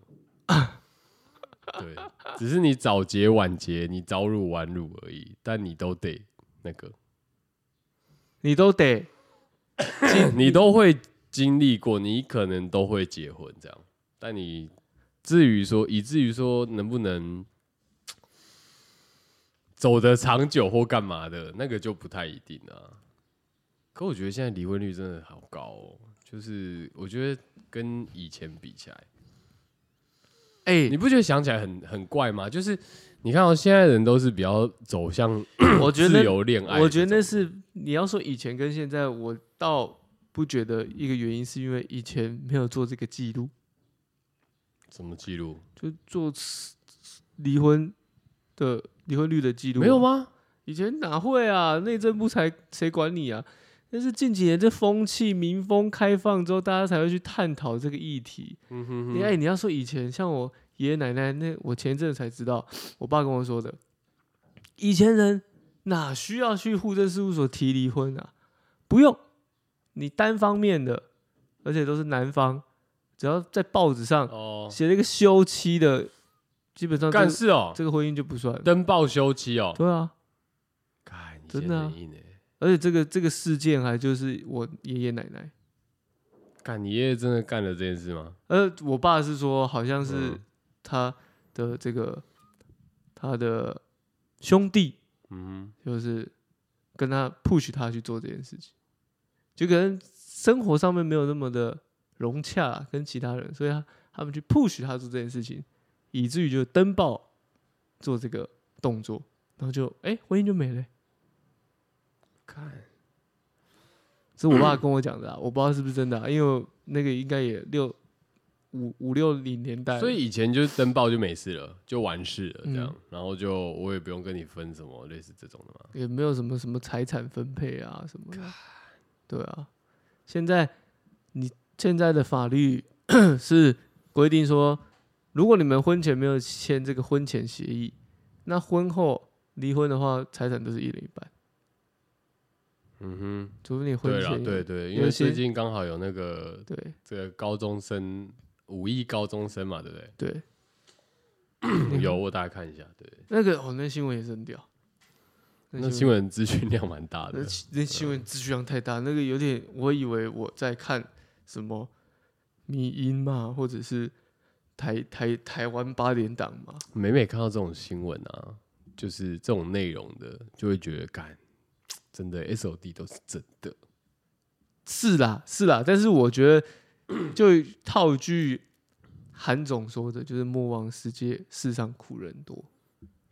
A: 对，只是你早结晚结，你早辱晚辱而已，但你都得那个，
B: 你都得
A: 你都会经历过，你可能都会结婚这样，但你至于说，以至于说能不能走得长久或干嘛的，那个就不太一定啊。可我觉得现在离婚率真的好高哦，就是我觉得跟以前比起来，
B: 哎
A: 你，不觉得想起来很很怪吗？就是你看哦，现在人都是比较走向
B: 我觉
A: 自
B: 得
A: 由恋爱这种，
B: 我觉得那是你要说以前跟现在，我倒不觉得一个原因是因为以前没有做这个记录，
A: 什么记录
B: 就做离婚的离婚率的记录啊
A: 没有吗？
B: 以前哪会啊？内政部才谁管你啊？但是近几年这风气、民风开放之后，大家才会去探讨这个议题。
A: 嗯哼
B: 你哎、你要说以前像我爷爷奶奶那，我前一阵子才知道，我爸跟我说的，以前人哪需要去户政事务所提离婚啊？不用，你单方面的，而且都是男方，只要在报纸上
A: 哦，
B: 写了一个休妻的，基本上这
A: 干
B: 个
A: 事哦，
B: 这个婚姻就不算了。
A: 登报休妻哦，
B: 对啊，
A: 干，你
B: 真的啊
A: 很硬欸
B: 而且这个这个事件还就是我爷爷奶奶，
A: 干，你爷爷真的干了这件事吗？
B: 呃，我爸是说好像是
A: 嗯
B: 他的这个他的兄弟，
A: 嗯
B: 就是跟他 push 他去做这件事情，就可能生活上面没有那么的融洽啦跟其他人，所以他他们去 push 他做这件事情，以至于就登报做这个动作，然后就哎、婚姻就没了欸、
A: 哼，看，
B: 是我
A: 嗯
B: 爸跟我讲的、啊，我不知道是不是真的、啊，因为那个应该也六五五六零年代了，
A: 所以以前就是登报就没事了，就完事了这样，
B: 嗯
A: 然后就我也不用跟你分什么类似这种的嘛。
B: 也没有什么什么财产分配啊什么的，对啊。 [COUGHS] 现在你现在的法律是规定说，如果你们婚前没有签这个婚前协议，那婚后离婚的话，财产都是一人一半，
A: 嗯
B: 除非你
A: 哼，对
B: 婚
A: 了，
B: 前
A: 对对，
B: 有
A: 因为
B: 一些
A: 最近刚好有那个
B: 对
A: 这个高中生五亿高中生嘛，对不对？
B: 对， [CLEARS THROAT]
A: 有，我大概看一下，对，
B: 那个哦，那新闻也是很屌，
A: 那新闻资讯量蛮大
B: 那
A: 的，
B: 新那新闻资讯量太大，那个有点，我以为我在看什么迷音嘛，或者是台台台湾八点档嘛，
A: 每每看到这种新闻啊，就是这种内容的，就会觉得干，真的 S O D 都是真的，
B: 是啦是啦，但是我觉得就套句韩总说的，就是莫忘世界世上苦人多，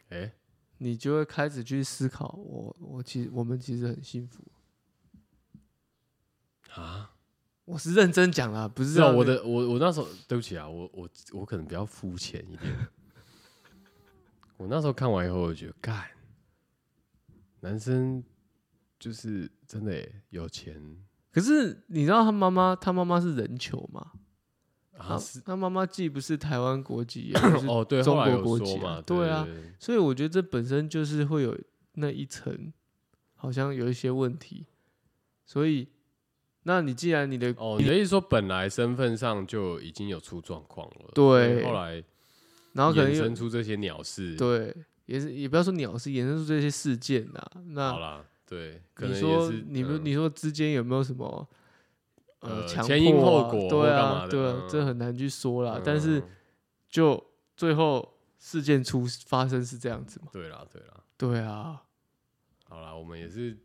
A: 哎、
B: 你就会开始去思考，我我其实我们其实很幸福。
A: 啊，
B: 我是认真讲啦，不是
A: 是啊，
B: 让
A: 我
B: 那
A: 的我我那时候对不起啊，我我我可能比较肤浅一点， [LAUGHS] 我那时候看完以后，我觉得干，男生就是真的、欸、有钱
B: 可是你知道他妈妈，他妈妈是人球嘛？
A: 啊
B: 他
A: 是
B: 他妈妈既不是台湾国籍，也不是
A: 哦对，
B: 中
A: 后来
B: 国
A: 有
B: 国
A: 说
B: 籍啊
A: 嘛，
B: 对
A: 对
B: 啊，
A: 对对
B: 所以我觉得这本身就是会有那一层，好像有一些问题。所以，那你既然你的
A: 哦，你的意思说本来身份上就已经有出状况了，
B: 对
A: 所以后来。
B: 然后可能
A: 衍
B: 又
A: 生出这些鸟事。，
B: 对，也是也不要说鸟是衍生出这些事件呐、
A: 好
B: 那
A: 啦，对，可
B: 啊你
A: 能
B: 说
A: 也是
B: 你们、
A: 嗯
B: 你说之间有没有什么呃
A: 呃
B: 强
A: 前因
B: 迫
A: 后
B: 啊
A: 果或
B: 对
A: 干
B: 啊
A: 嘛，的
B: 对啊
A: 嗯，
B: 这很难去说啦。但是
A: 嗯
B: 就最后事件出发生是这样子嘛？
A: 对啦，对啦，
B: 对啊，
A: 好啦，我们也是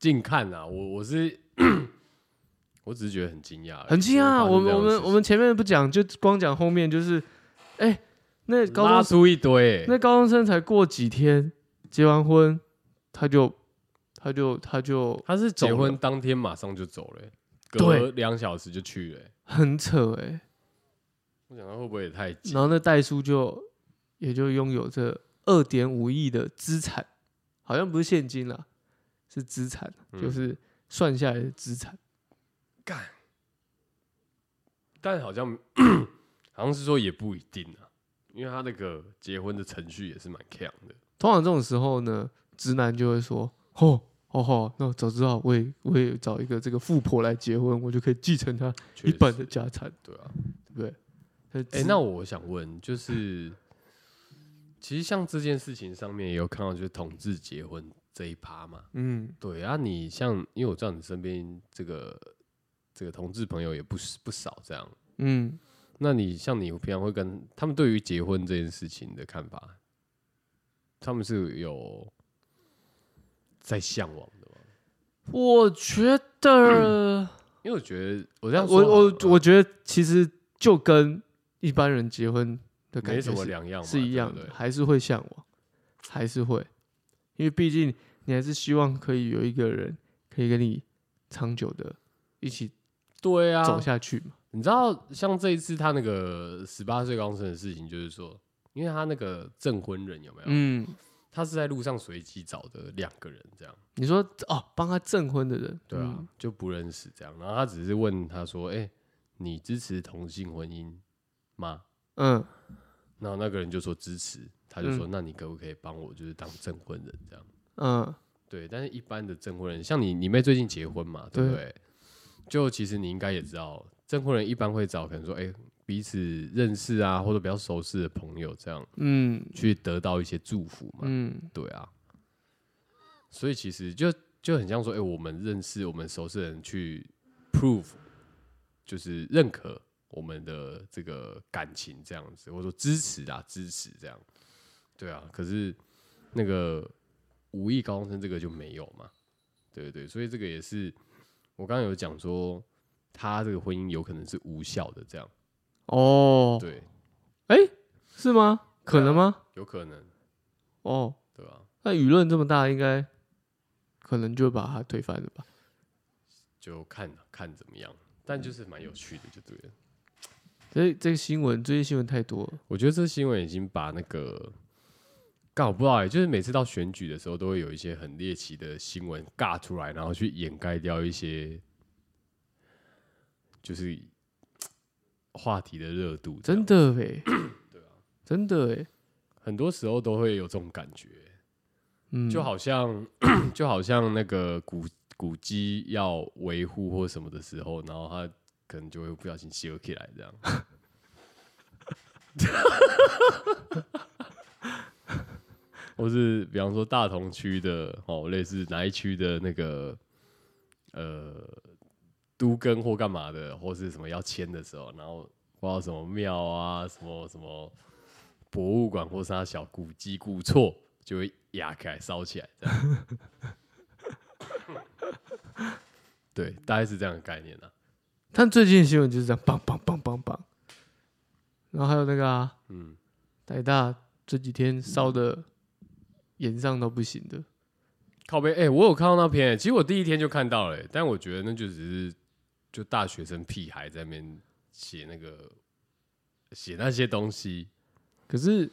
A: 近看啦。我我是 [COUGHS] 我只是觉得很惊讶而已，
B: 很惊讶啊。
A: 怎
B: 我
A: 么发生这样的
B: 们我们
A: 事
B: 我们前面不讲，就光讲后面就是，哎、那
A: 情
B: 高
A: 拉
B: 中生
A: 出一堆、欸，
B: 那高中生才过几天，结完婚他就他就他就
A: 他是结
B: 走
A: 婚
B: 了
A: 当天马上就走了欸、隔
B: 对
A: 两小时就去了欸、
B: 很扯哎、
A: 我想他会不会也太急？
B: 然后那代叔就也就拥有这二点五亿的资产，好像不是现金啦，是资产，
A: 嗯
B: 就是算下来的资产。
A: 但好像 [COUGHS] 好像是说也不一定啊，因为他那个结婚的程序也是蛮强的。
B: 通常这种时候呢，直男就会说：“哦哦吼，那早知道我也我也找一个这个富婆来结婚，我就可以继承她
A: 确
B: 一半
A: 实
B: 的家产，
A: 对啊，
B: 对不对？”
A: 哎、
B: 哎
A: 那我想问，就是 [COUGHS] 其实像这件事情上面也有看到，就是同志结婚这一趴嘛。
B: 嗯，
A: 对啊，你像因为我知道你身边这个这个同志朋友也不是不少这样，
B: 嗯，
A: 那你像你平常会跟他们对于结婚这件事情的看法，他们是有在向往的吗？
B: 我觉
A: [CLEARS THROAT]
B: 得，
A: 因为我觉得我这样说好
B: 我
A: 了，
B: 我我觉得其实就跟一般人结婚的感
A: 没
B: 觉
A: 什么
B: 是
A: 两样嘛，
B: 是
A: 对
B: 一样
A: 不
B: 的，
A: 对
B: 还是会向往，还是会，因为毕竟你还是希望可以有一个人可以跟你长久的一起
A: 对啊，
B: 走下去嘛。
A: 你知道，像这一次他那个十八岁高中生的事情，就是说，因为他那个证婚人有没有？
B: 嗯，
A: 他是在路上随机找的两个人，这样
B: 你说哦，帮他证婚的人，
A: 对啊，就不认识这样。然后他只是问他说：“哎、你支持同性婚姻吗
B: 嗯，嗯，？”
A: 然后那个人就说支持，他就说：“
B: 嗯
A: 那你可不可以帮我，就是当证婚人这样
B: 嗯？”
A: 对，但是一般的证婚人，像你，你妹最近结婚嘛，对不对？就其实你应该也知道，证婚人一般会找可能说：“哎、彼此认识啊，或者比较熟识的朋友这样。”
B: 嗯
A: 去得到一些祝福嘛。
B: 嗯
A: 对啊，所以其实就就很像说，哎、我们认识我们熟识的人去 prove，就是认可我们的这个感情这样子，或者说支持啊，支持这样。对啊，可是那个无意高中生这个就没有嘛，对对对，所以这个也是我刚刚有讲说，他这个婚姻有可能是无效的，这样
B: 哦，
A: 对，
B: 是
A: 啊
B: 吗？可能吗？
A: 有可能，
B: 哦，
A: 对啊吧、
B: 那舆论这么大，应该可能就把他推翻了吧？
A: 就看看怎么样，但就是蛮有趣的，就对了。
B: 所以这个新闻，最近新闻太多了。
A: 我觉得这新闻已经把那个，干我不知道哎、就是每次到选举的时候，都会有一些很猎奇的新闻尬出来，然后去掩盖掉一些，就是话题的热度，
B: 真
A: 的
B: 的哎、
A: 啊
B: [CLEARS THROAT] 真的哎、
A: 很多时候都会有这种感觉，
B: 嗯，
A: 就好像 [COUGHS] 就好像那个古古迹要维护或什么的时候，然后它可能就会不小心修起来这样。 [LAUGHS] 或是比方说大同区的哦，类似哪一区的那个呃都更或干嘛的，或是什么要迁的时候，然后不知道什么庙啊，什么什么博物馆或是它小古迹古厝，就会压开烧起来这样。 [LAUGHS] 对，大概是这样的概念啊。
B: 但最近的新闻就是这样，棒棒棒棒棒。然后还有那个啊，
A: 嗯，
B: 台大这几天烧的盐上到不行的，
A: 靠背，哎、我有看到那篇、其实我第一天就看到了、欸但我觉得那就只是就大学生屁孩在那边写那个写那些东西，
B: 可是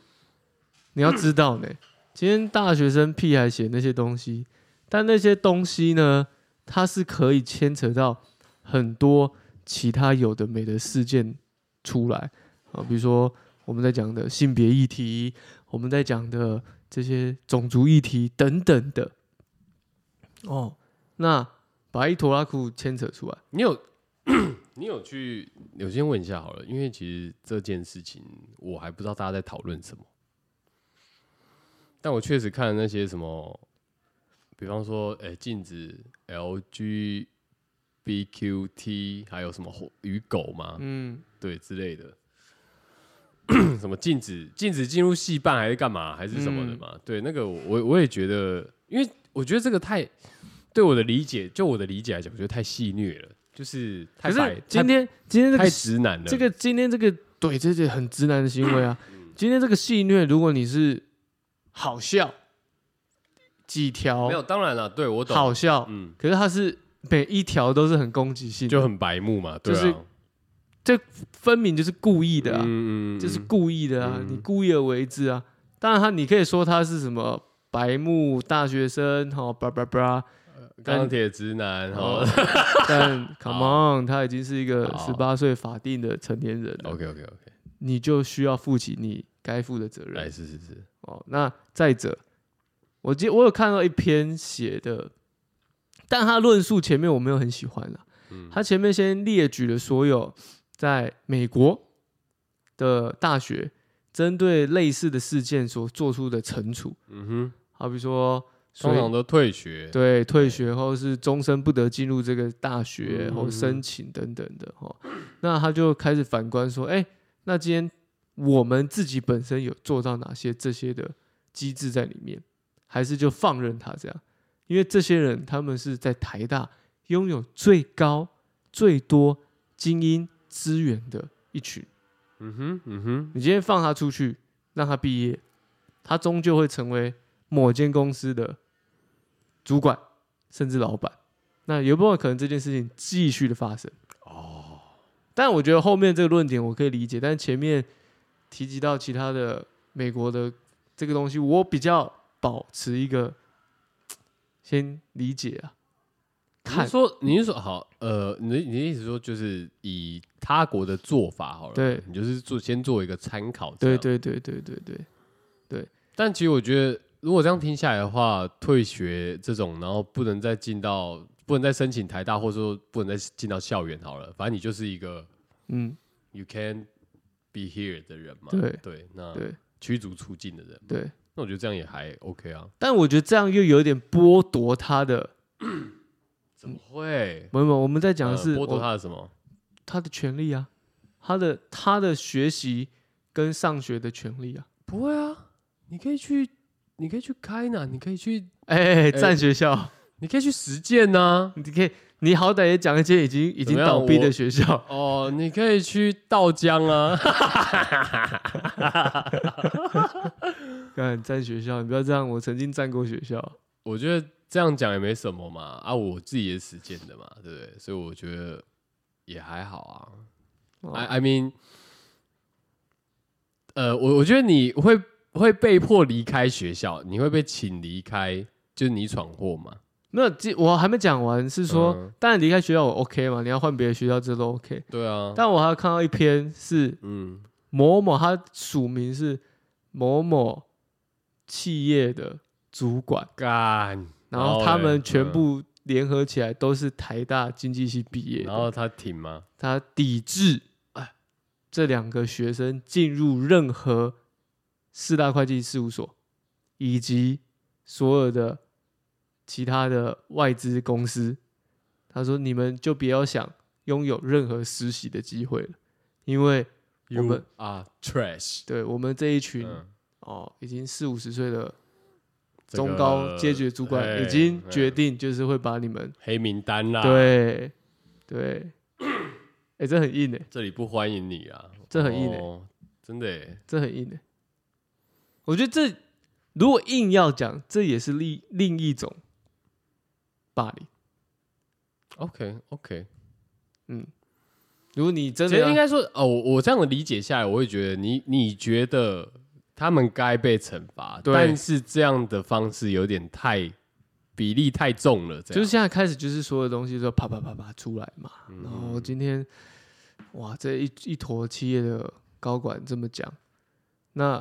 B: 你要知
A: [CLEARS THROAT]
B: 道呢，今天大学生屁孩写那些东西，但那些东西呢，它是可以牵扯到很多其他有的没的事件出来啊，比如说我们在讲的性别议题，我们在讲的这些种族议题等等的。哦，那把一拖拉库牵扯出来，
A: 你有 [CLEARS THROAT] 你有去？我先问一下好了，因为其实这件事情我还不知道大家在讨论什么，但我确实看了那些什么，比方说，哎、禁止 LGBTQT，还有什么与狗嘛，
B: 嗯，
A: 对之类的， [CLEARS THROAT] 什么禁止禁止进入戏办还是干嘛还是什
B: 嗯
A: 么的嘛？对，那个我我我也觉得，因为我觉得这个太对我的理解，就我的理解来讲，我觉得太戏虐了，就是太
B: 可
A: 白
B: 是，今天今天
A: 太
B: 这
A: 太
B: 个
A: 直男了。
B: 这个今天这个对，这是很直男的行为 [COUGHS] 啊。今天这个戏虐，如果你是好笑几条
A: 没有，当然了，对我懂，
B: 好笑，
A: 嗯，
B: 可是它是每一条都是很攻击性的，
A: 就很白目嘛，对
B: 就是
A: 啊，
B: 分明就是故意的啊，
A: 嗯
B: 就是故意的啊，
A: 嗯
B: 你故意而为之啊。当然他你可以说他是什么白目大学生，哦，叭叭叭，
A: 钢铁直男 [LAUGHS] 哦。
B: [LAUGHS] 但 come on，他已经是一个
A: 好
B: 十八岁法定的成年人了，
A: OK OK OK，
B: 你就需要负起你该负的责任
A: 来。哎是是是，
B: 哦，那再者，我记我有看到一篇写的，但他论述前面我没有很喜欢啦。
A: 嗯
B: 他前面先列举了所有在美国的大学针对类似的事件所做出的惩处，
A: 嗯哼，
B: 好比说水
A: 通常都退学，
B: 对退学后是终身不得进入这个大学，
A: 嗯
B: 或申请等等的哦。那他就开始反观说，哎，那今天我们自己本身有做到哪些这些的机制在里面，还是就放任他这样？因为这些人他们是在台大拥有最高、最多精英资源的一群。
A: 嗯哼嗯哼，
B: 你今天放他出去，让他毕业，他终究会成为某间公司的主管，甚至老板。那有没有可能这件事情继续的发生？
A: 哦，
B: 但我觉得后面这个论点我可以理解，但前面提及到其他的美国的这个东西，我比较保持一个先理解啊，
A: 你
B: 看
A: 是说你是说好，呃，你的你的意思说就是以他国的做法好了，
B: 对
A: 你就是做先做一个参考，
B: 对。对对对对对，
A: 但其实我觉得，如果这样听下来的话，退学这种，然后不能再进到，不能再申请台大，或者说不能再进到校园好了，反正你就是一个
B: 嗯，
A: you can be here 的人嘛，
B: 对
A: 对，那
B: 对
A: 驱逐出境的人，
B: 对。
A: 那我觉得这样也还 OK 啊，
B: 但我觉得这样又有点剥夺他的，
A: 怎么会？
B: 没有没有，我们在讲的
A: 呃
B: 是
A: 剥夺
B: 我
A: 他的什么？
B: 他的权利啊，他的他的学习跟上学的权利啊。
A: 不会啊，你可以去，你可以去开呢，你可以去，
B: 哎、哎占学校，
A: 你可以去实践啊呐、
B: 你可以，你好歹也讲一些已经已
A: 怎
B: 经
A: 么样
B: 倒闭
A: 我
B: 的学校。
A: 哦，你可以去道江啊， [LAUGHS]
B: [LAUGHS] 干占学校，你不要这样，我曾经占过学校。
A: 我觉得这样讲也没什么嘛，啊，我自己也实践的嘛，对不对？所以我觉得也还好
B: 哦
A: 啊。I I mean，呃，我我觉得你会会被迫离开学校，你会被请离开，就是你闯祸嘛。
B: 没有，这我还没讲完，是说，
A: 嗯
B: 当然离开学校我 OK 嘛，你要换别的学校这都 OK。
A: 对啊，
B: 但我还有看到一篇是
A: 嗯，
B: 某某，他署名是某某企业的主管，
A: 干，
B: 然后
A: 嘞
B: 他们全，
A: 嗯
B: 部联合起来都是台大经济系毕业的，
A: 然后他挺吗？
B: 他抵制哎这两个学生进入任何四大会计事务所以及所有的其他的外资公司。他说：“你们就不要想拥有任何实习的机会了，因为我
A: You
B: 们
A: are trash，
B: 对我们这一群、
A: 嗯
B: 哦，已经四五十岁的
A: 这个
B: 中高阶级的主管
A: 哎
B: 已经决
A: 哎
B: 定，就是会把你们
A: 黑名单啦，，
B: 对对，哎、这很硬哎、
A: 这里不欢迎你啊，
B: 这很硬欸
A: 哦真的欸，
B: 这很硬的、我觉得这如果硬要讲，这也是另另一种霸凌。
A: OK OK，
B: 嗯如果你真
A: 其
B: 的啊
A: 实
B: 要
A: 应该说，哦，我我这样的理解下来，我会觉得你你觉得他们该被惩罚，
B: 对
A: 但是这样的方式有点太比例太重了，这
B: 就是
A: 样嗯
B: 现在开始，就是所有东西都啪啪啪啪出来嘛。然后今天哇，这一一坨企业的高管这么讲，那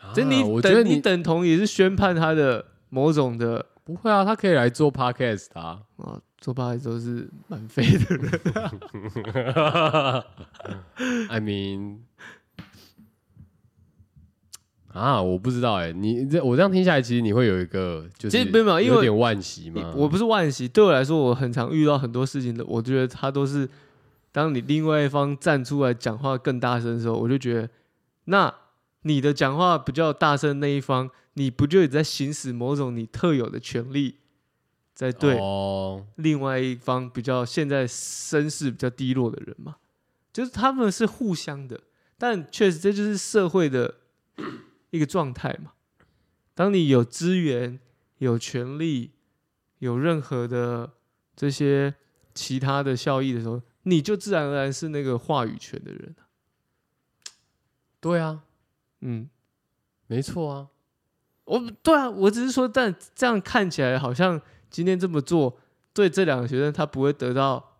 A: 啊
B: 这你
A: 我觉得
B: 等你等同也是宣判他的某种的
A: 不会啊，他可以来做 podcast 啊，
B: 啊，做八也都是蛮废的人。
A: [LAUGHS] I mean，啊，我不知道哎、你这我这样听下来，其实你会有一个就是
B: 其实没有没有因为
A: 有点惋惜嘛。
B: 我不是惋惜，对我来说，我很常遇到很多事情的，我觉得他都是当你另外一方站出来讲话更大声的时候，我就觉得，那你的讲话比较大声那一方，你不就也在行使某种你特有的权利，在对
A: 哦，
B: 另外一方比较现在身世比较低落的人嘛，就是他们是互相的，但确实这就是社会的一个状态嘛。当你有资源、有权利、有任何的这些其他的效益的时候，你就自然而然是那个话语权的人啊
A: 对啊，
B: 嗯，
A: 没错啊，
B: 我对啊，我只是说，但这样看起来好像今天这么做，对这两个学生他不会得到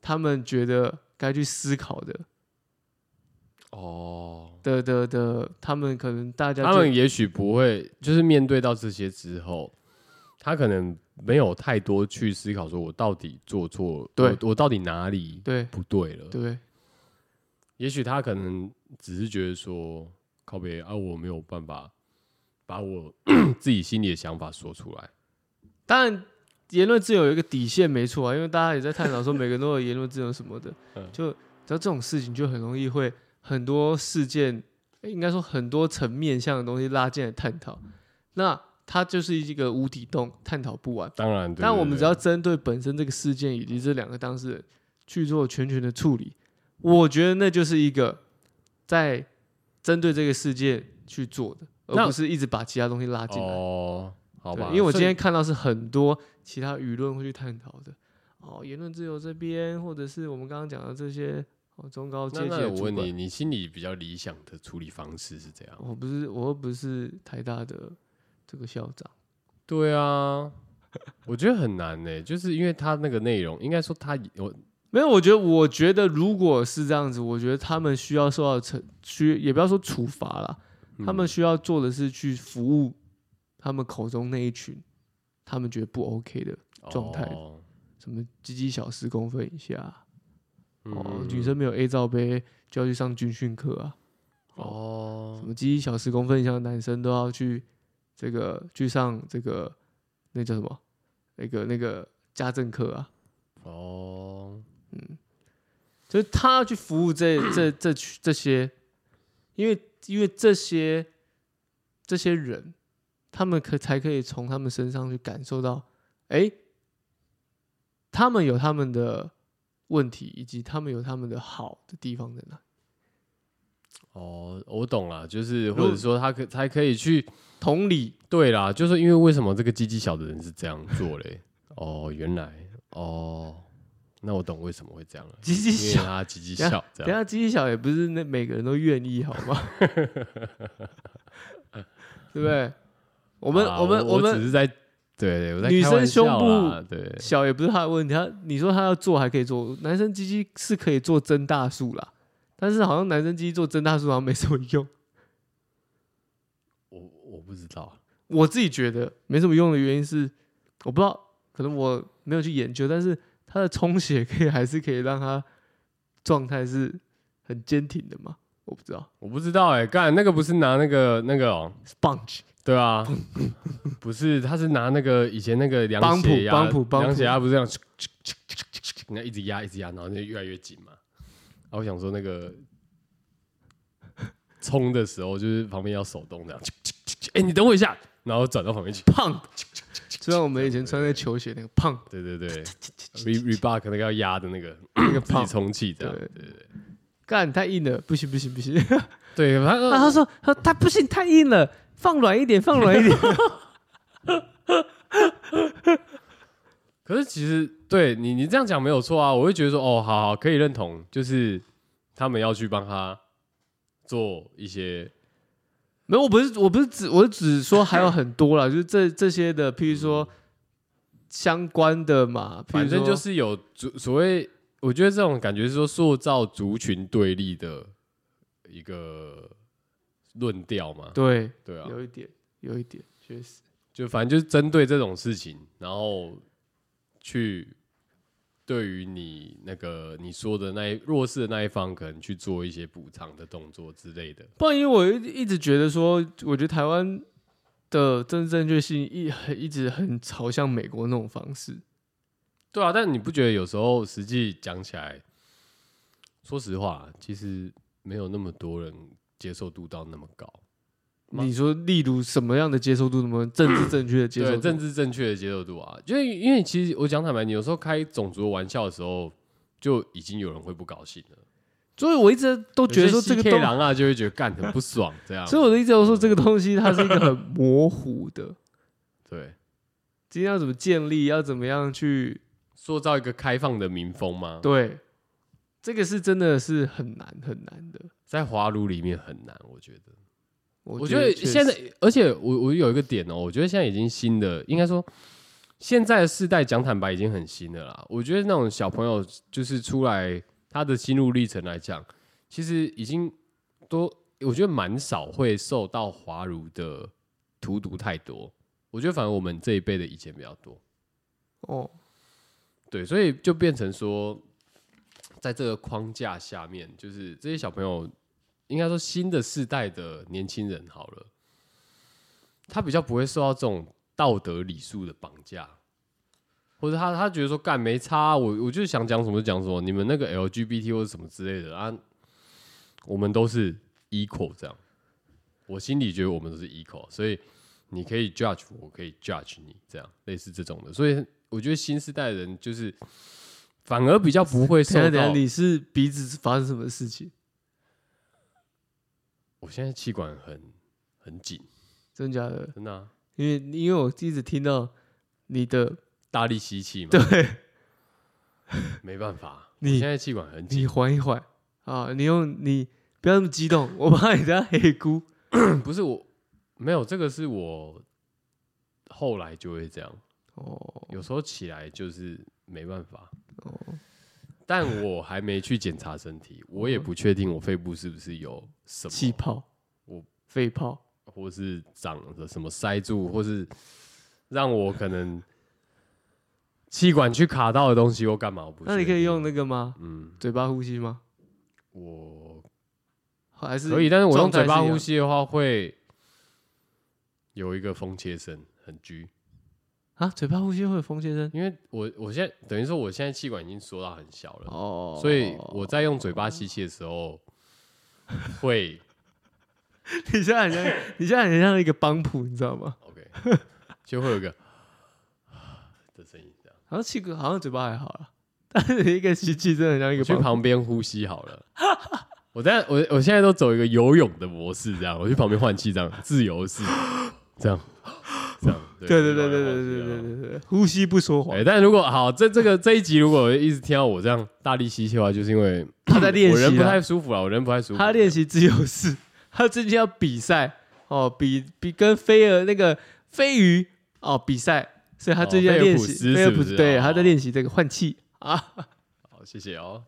B: 他们觉得该去思考的
A: 哦，
B: 的的的，他们可能大家
A: 他
B: 就
A: 们也许不会，就是面对到这些之后，他可能没有太多去思考，说我到底做错，
B: 对
A: 我我到底哪里
B: 对
A: 不对了？
B: 对
A: 也许他可能只是觉得说，靠别啊，我没有办法把我 [COUGHS] 自己心里的想法说出来。
B: 当然，言论自由有一个底线，没错啊，因为大家也在探讨说每个人都有言论自由什么的
A: [LAUGHS] 嗯，
B: 就只要这种事情，就很容易会很多事件，诶应该说很多层面向的东西拉进来探讨，那它就是一个无底洞，探讨不完。
A: 当然，对
B: 但我
A: 对
B: 们只
A: 对
B: 要针对本身这个事件以及这两个当事人去做全权的处理，我觉得那就是一个在针对这个事件去做的，
A: 那
B: 而不是一直把其他东西拉进来。
A: 哦，好
B: 对
A: 吧，
B: 因为我
A: 所
B: 今
A: 以
B: 天看到是很多其他舆论会去探讨的，哦，言论自由这边，或者是我们刚刚讲的这些哦中高阶级
A: 那
B: 的
A: 那我
B: 主
A: 问
B: 管
A: 你，，你心里比较理想的处理方式是怎样？
B: 我不是我又不是台大的这个校长，
A: 对啊， [LAUGHS] 我觉得很难呢、就是因为他那个内容，应该说他我
B: 没有，我觉得，我觉得如果是这样子，我觉得他们需要受到惩，需也不要说处罚啦，
A: 嗯
B: 他们需要做的是去服务他们口中那一群他们觉得不 OK 的，状态
A: 哦
B: 什么鸡鸡小十公分以下，哦，
A: 嗯
B: 女生没有 A 罩杯就要去上军训课啊，什
A: 哦，
B: 么鸡鸡小十公分以下的男生都要去这个去上这个那叫什么那个那个家政课啊，
A: 哦，
B: 就是他要去服
A: [CLEARS THROAT]
B: 务这这这群这些，因为因为这些这些人，他们可才可以从他们身上去感受到，哎，他们有他们的问题，以及他们有他们的好的地方在哪，
A: 哦，我懂了，就是
B: 如
A: 或者说他可才可以去
B: 同理，
A: 对啦，就是因为为什么这个鸡鸡小的人是这样做嘞？哦，原来哦，那我懂为什么会这样了，
B: 鸡鸡
A: 因为
B: 小，
A: 他鸡鸡小这
B: 等一
A: 样。
B: 下鸡鸡小也不是那每个人都愿意好
A: [LAUGHS]
B: 吗？对不对？我
A: 我
B: 们、我们
A: 啊我
B: 们
A: 只是在对对，我在
B: 女
A: 开玩
B: 生胸
A: 笑啦
B: 部
A: 对
B: 小也不是他的问题，他你说他要做还可以做，男生鸡鸡是可以做增大术啦，但是好像男生鸡鸡做增大术好像没什么用， [LAUGHS]
A: 我我不知道，
B: 我自己觉得没什么用的原因是我不知道，可能我没有去研究，但是他的充血可以还是可以让他状态是很坚挺的嘛，我不知道
A: 我不知道哎、干那个不是拿那个那个、哦，
B: ，sponge
A: 对啊，不是，他是拿那个以前那个量
B: 帮谱
A: 血压，
B: 帮谱帮谱
A: 量血压不是这样，那一直压一直压，然后就越来越紧嘛。然后我想说那个冲的时候，就是旁边要手动这样，哎、你等我一下，然后转到旁边去。
B: 胖，就像我们以前穿那个球鞋那个 [LAUGHS] 胖
A: 对对对，re rebar 那个要压的那个
B: 那个
A: 自己
B: 胖，
A: 充气这
B: 对
A: 样。
B: 对对，干太硬了，不行不行不行。
A: 对，反正
B: 然啊后他说：“他他不行，太硬了，放软一点，放软一点。
A: 可是其实对你，你这样讲没有错啊，我会觉得说，哦，好好，可以认同，就是他们要去帮他做一些，”
B: 没有，我不是，我不是指，我是指说还有很多 [LAUGHS] 啦，就是这这些的，譬如说相关的嘛，譬
A: 反
B: 如说
A: 正就是有族所谓，我觉得这种感觉是说塑造族群对立的一个论调嘛，
B: 对，
A: 对啊，
B: 有一点，有一点，确实，
A: 就反正就是针对这种事情，然后去对于你那个你说的那一弱势的那一方，可能去做一些补偿的动作之类的。
B: 不然因为我一一直觉得说，我觉得台湾的政治正确性一很一直很朝向美国那种方式，
A: 对啊，但你不觉得有时候实际讲起来，说实话，其实没有那么多人接受度到那么高，吗
B: 你说例如什么样的接受度，什么政治正确的接受
A: 对
B: 度，
A: 政治正确的接受度啊，就是因为其实我讲坦白，你有时候开种族的玩笑的时候，就已经有人会不高兴了，
B: 所以我一直都觉得说这
A: 有
B: 个
A: 些
B: 东
A: CK 狼啊就会觉得干很不爽，这样
B: [LAUGHS] 所以我的意思就是说，这个东西它是一个很模糊 [LAUGHS] 的，
A: 对，
B: 今天要怎么建立，要怎么样去
A: 塑造一个开放的民风吗？
B: 对，这个是真的是很难很难的。
A: 在华儒里面很难，我觉得。
B: 我
A: 我觉得
B: 确实
A: 现在，而且我我有一个点哦、我觉得现在已经新的，应该说现在的世代讲坦白已经很新的啦。我觉得那种小朋友就是出来他的心路历程来讲，其实已经都我觉得蛮少会受到华儒的荼毒太多。我觉得反而我们这一辈的以前比较多，
B: 哦，
A: 对，所以就变成说，在这个框架下面，就是这些小朋友，应该说新的世代的年轻人好了，他比较不会受到这种道德礼数的绑架，或者他他觉得说干没差啊，我我就是想讲什么就讲什么，你们那个 LGBT 或者什么之类的啊，我们都是 equal 这样，我心里觉得我们都是 equal，所以你可以 judge 我，我可以 judge 你，这样类似这种的，所以我觉得新时代人就是反而比较不会受
B: 等一下等一
A: 到
B: 啊下，。你是鼻子发生什么事情？
A: 我现在气管很很紧，
B: 真假的？
A: 真的啊、
B: 因为因为我一直听到你的，
A: 大力吸气嘛，
B: 对
A: 没办法，
B: 你
A: 我现在气管很紧，
B: 你缓一缓啊，你用你不要那么激动，我怕你等下黑姑。
A: 不是我没有这个是我后来就会这样，
B: 哦
A: 有时候起来就是没办法，
B: 哦，嗯
A: 但我还没去检查身体，我也不确定我肺部是不是有什么
B: 气泡，
A: 我
B: 肺泡，
A: 或是长了什么塞住，或是让我可能气管去卡到的东西或干嘛，我不
B: 那你
A: 确
B: 可以
A: 定
B: 用那个吗？
A: 嗯，
B: 嘴巴呼吸吗？
A: 我
B: 还是
A: 可以，但是我用
B: 状态
A: 嘴巴
B: 一样
A: 呼吸的话，会有一个风切声，很拘。
B: 啊？嘴巴呼吸会有风先生
A: 因为我我现在等于说我现在气管已经缩到很小了，
B: 哦，
A: 所以我在用嘴巴吸气的时候，会
B: 你现在很像，你现在很像一个帮谱，你知道吗？
A: OK 就会有一个的声音。这样，
B: 好像气管，好像嘴巴还好啦，但是你一个吸气真的很像一
A: 我
B: 个
A: 去
B: 帮谱。
A: 旁边呼吸好了。我在我我现在都走一个游泳的模式，这样我去旁边换气，这样自由式，这样这样。
B: 对对对对对对对对对，呼吸不说
A: 哎、
B: 谎，
A: 但如果好，这这个这一集如果一直听到我这样大力吸气的话，就是因为
B: 他在练
A: 我人
B: 习
A: 不太
B: 啦，
A: 舒服了，我人不太舒服。
B: 他练习自由式，他最近要比赛哦，比比跟飞蛾那个飞鱼哦比赛，所以他
A: 哦
B: 最近在
A: 菲尔
B: 练
A: 普
B: 习，
A: 斯
B: 菲尔
A: 是
B: 普
A: 不
B: 斯
A: 是
B: 对，他在
A: 哦
B: 练习这个换气啊。
A: 好，谢谢哦。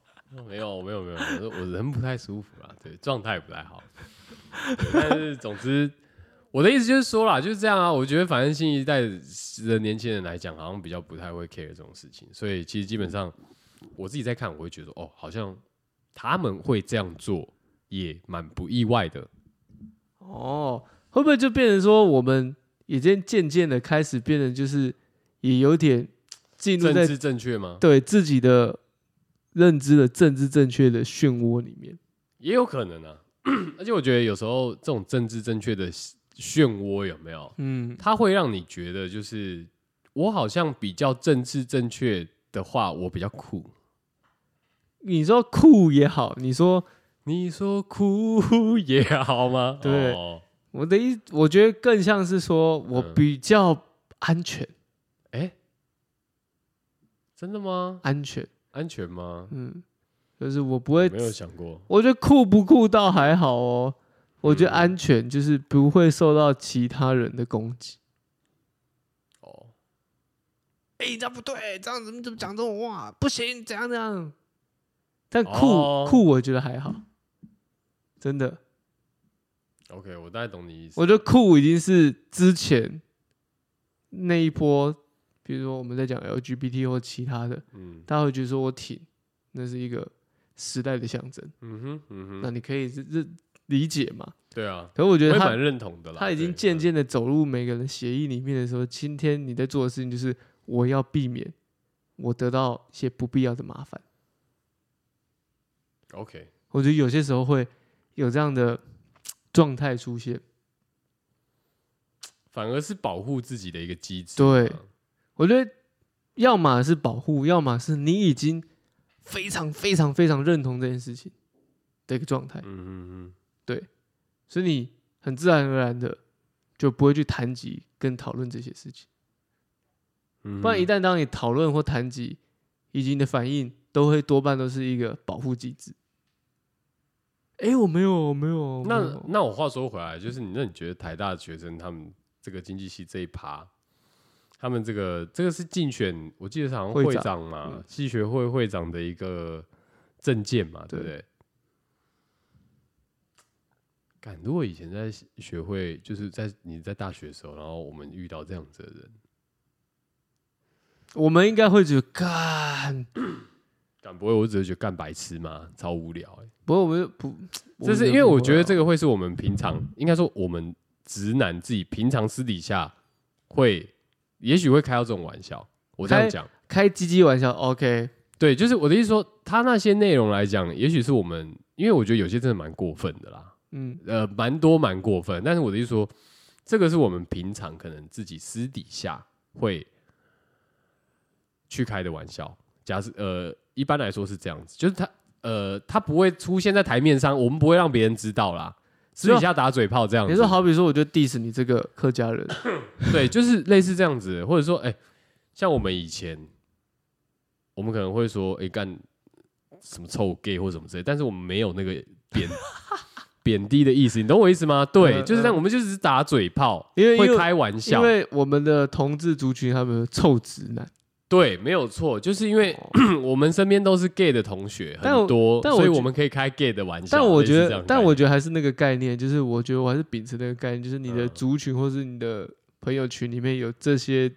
A: 没有，没有，没有，我我人不太舒服啦，对，状态不太好。对但是总之，我的意思就是说啦，就是这样啊。我觉得反正新一代的年轻人来讲，好像比较不太会 care 这种事情，所以其实基本上我自己在看，我会觉得哦，好像他们会这样做也蛮不意外的。
B: 哦，会不会就变成说我们已经渐渐的开始变成就是也有点进入
A: 政
B: 在
A: 治正确吗？
B: 对自己的认知的政治正确的漩涡里面？
A: 也有可能啊。 [CLEARS THROAT] 而且我觉得有时候这种政治正确的漩涡有没有？
B: 嗯，
A: 它会让你觉得就是我好像比较政治正确的话，我比较酷。
B: 你说酷也好，你说
A: 你说酷也好吗？
B: [LAUGHS] 对
A: 哦
B: 我的意，我觉得更像是说我
A: 嗯
B: 比较安全，
A: 哎、真的吗？
B: 安全，
A: 安全吗？
B: 嗯，就是我不
A: 我
B: 会
A: 没有想过。
B: 我觉得酷不酷倒还好哦，我觉得
A: 嗯
B: 安全就是不会受到其他人的攻击。
A: 哦，
B: [LAUGHS] 哎、这样不对，这样怎么怎么讲这种话，不行，怎样怎 [LAUGHS] 样。但酷、
A: 哦
B: 酷，我觉得还好，真的，
A: OK，我大概懂你意思。
B: 我觉得酷已经是之前那一波，比如说我们在讲 LGBT 或其他的，
A: 嗯
B: 大家会觉得说我挺，那是一个时代的象征，
A: 嗯哼嗯
B: 那
A: 哼，
B: 你可以是是理解嘛？
A: 对啊，
B: 可是我
A: 我
B: 觉
A: 也
B: 得他
A: 蛮认同的啦。
B: 他已经
A: 对
B: 渐
A: 嗯
B: 渐的走入每个人协议里面的时候，今天你在做的事情就是我要避免我得到一些不必要的麻烦。
A: OK。
B: 我觉得有些时候会有这样的状态出现。
A: 反而是保护自己的一个机制啊嘛。
B: 对我觉得要么是保护，要么是你已经非常非常非常认同这件事情的一个状态
A: 嗯，嗯
B: 所以你很自然而然的就不会去谈及跟讨论这些事情。
A: 嗯，
B: 不然一
A: 旦
B: 旦当你讨论或谈及，以及你的反应，都会多半都是一个保护机制。哎、我没有，我没有。我没
A: 那
B: 有
A: 那我话说回来，就是你那你觉得台大的学生他们这个经济系这一趴，他们这个这个是竞选，我记得是好像
B: 会
A: 会
B: 长
A: 长嘛
B: 嗯，
A: 系学会会长的一个证件嘛，对不
B: 对
A: 对？敢，如果以前在学会，就是在你在大学的时候，然后我们遇到这样子的人，
B: 我们应该会觉得干，
A: 敢不会，我只是觉得干白痴嘛，超无聊欸
B: 不过我们不，
A: 这是因为我觉得这
B: 个
A: 个会是我们平常，应该说我们直男自己平常私底下会，也许会开到这种玩笑。我这样
B: 开
A: 讲，
B: 开鸡鸡玩笑，OK，
A: 对，就是我的意思说，他那些内容来讲，也许是我们，因为我觉得有些真的蛮过分的啦，
B: 嗯，
A: 呃，蛮多蛮过分。但是我的意思说，这个是我们平常可能自己私底下会去开的玩笑。假设呃，一般来说是这样子，就是他呃，他不会出现在台面上，我们不会让别人知道啦。私底下打嘴炮这样子，
B: 你说好比说，我就 diss 你这个客家人，
A: 对，就是类似这样子，或者说，哎、像我们以前，我们可能会说，哎、干什么臭 gay 或什么之类，但是我们没有那个
B: [LAUGHS]
A: 贬贬低的意思，你懂我意思吗？对，
B: 嗯
A: 就是这样，
B: 嗯
A: 我们就只是打嘴炮，
B: 因为因
A: 会
B: 为
A: 开玩笑
B: 因，为我们的同志族群他们有臭直男，
A: 对，没有错，就是因为、我们身边都是 gay 的同学
B: 嗯但我
A: 很多，
B: 但我
A: 所以
B: 觉
A: 我们可以开 gay 的玩笑。
B: 但我
A: 类似
B: 觉
A: 这样
B: 得
A: 的，
B: 但
A: 概
B: 我
A: 念
B: 觉得还是那个概念，就是我觉得我还是秉持那个概念，就是你的
A: 嗯
B: 族群或是你的朋友群里面有这些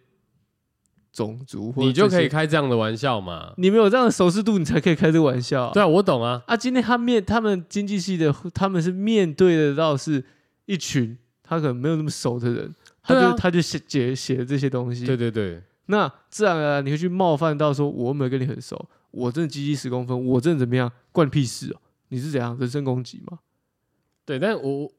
B: 种族，或者
A: 你就可以
B: 这些，
A: 开这样的玩笑嘛。
B: 你们有这样的熟识度，你才可以开这个玩笑啊。
A: 对啊，我懂啊，
B: 啊，今天他面他们经济系的，他们是面对得到是一群他可能没有那么熟的人，他就、
A: 对啊
B: 他就写写写了这些东西，
A: 对对对，
B: 那自然而然你会去冒犯到说，我又没有跟你很熟，我真的鸡鸡十公分，我真的怎么样，关你屁事哦、你是怎样人身攻击吗？
A: 对，但我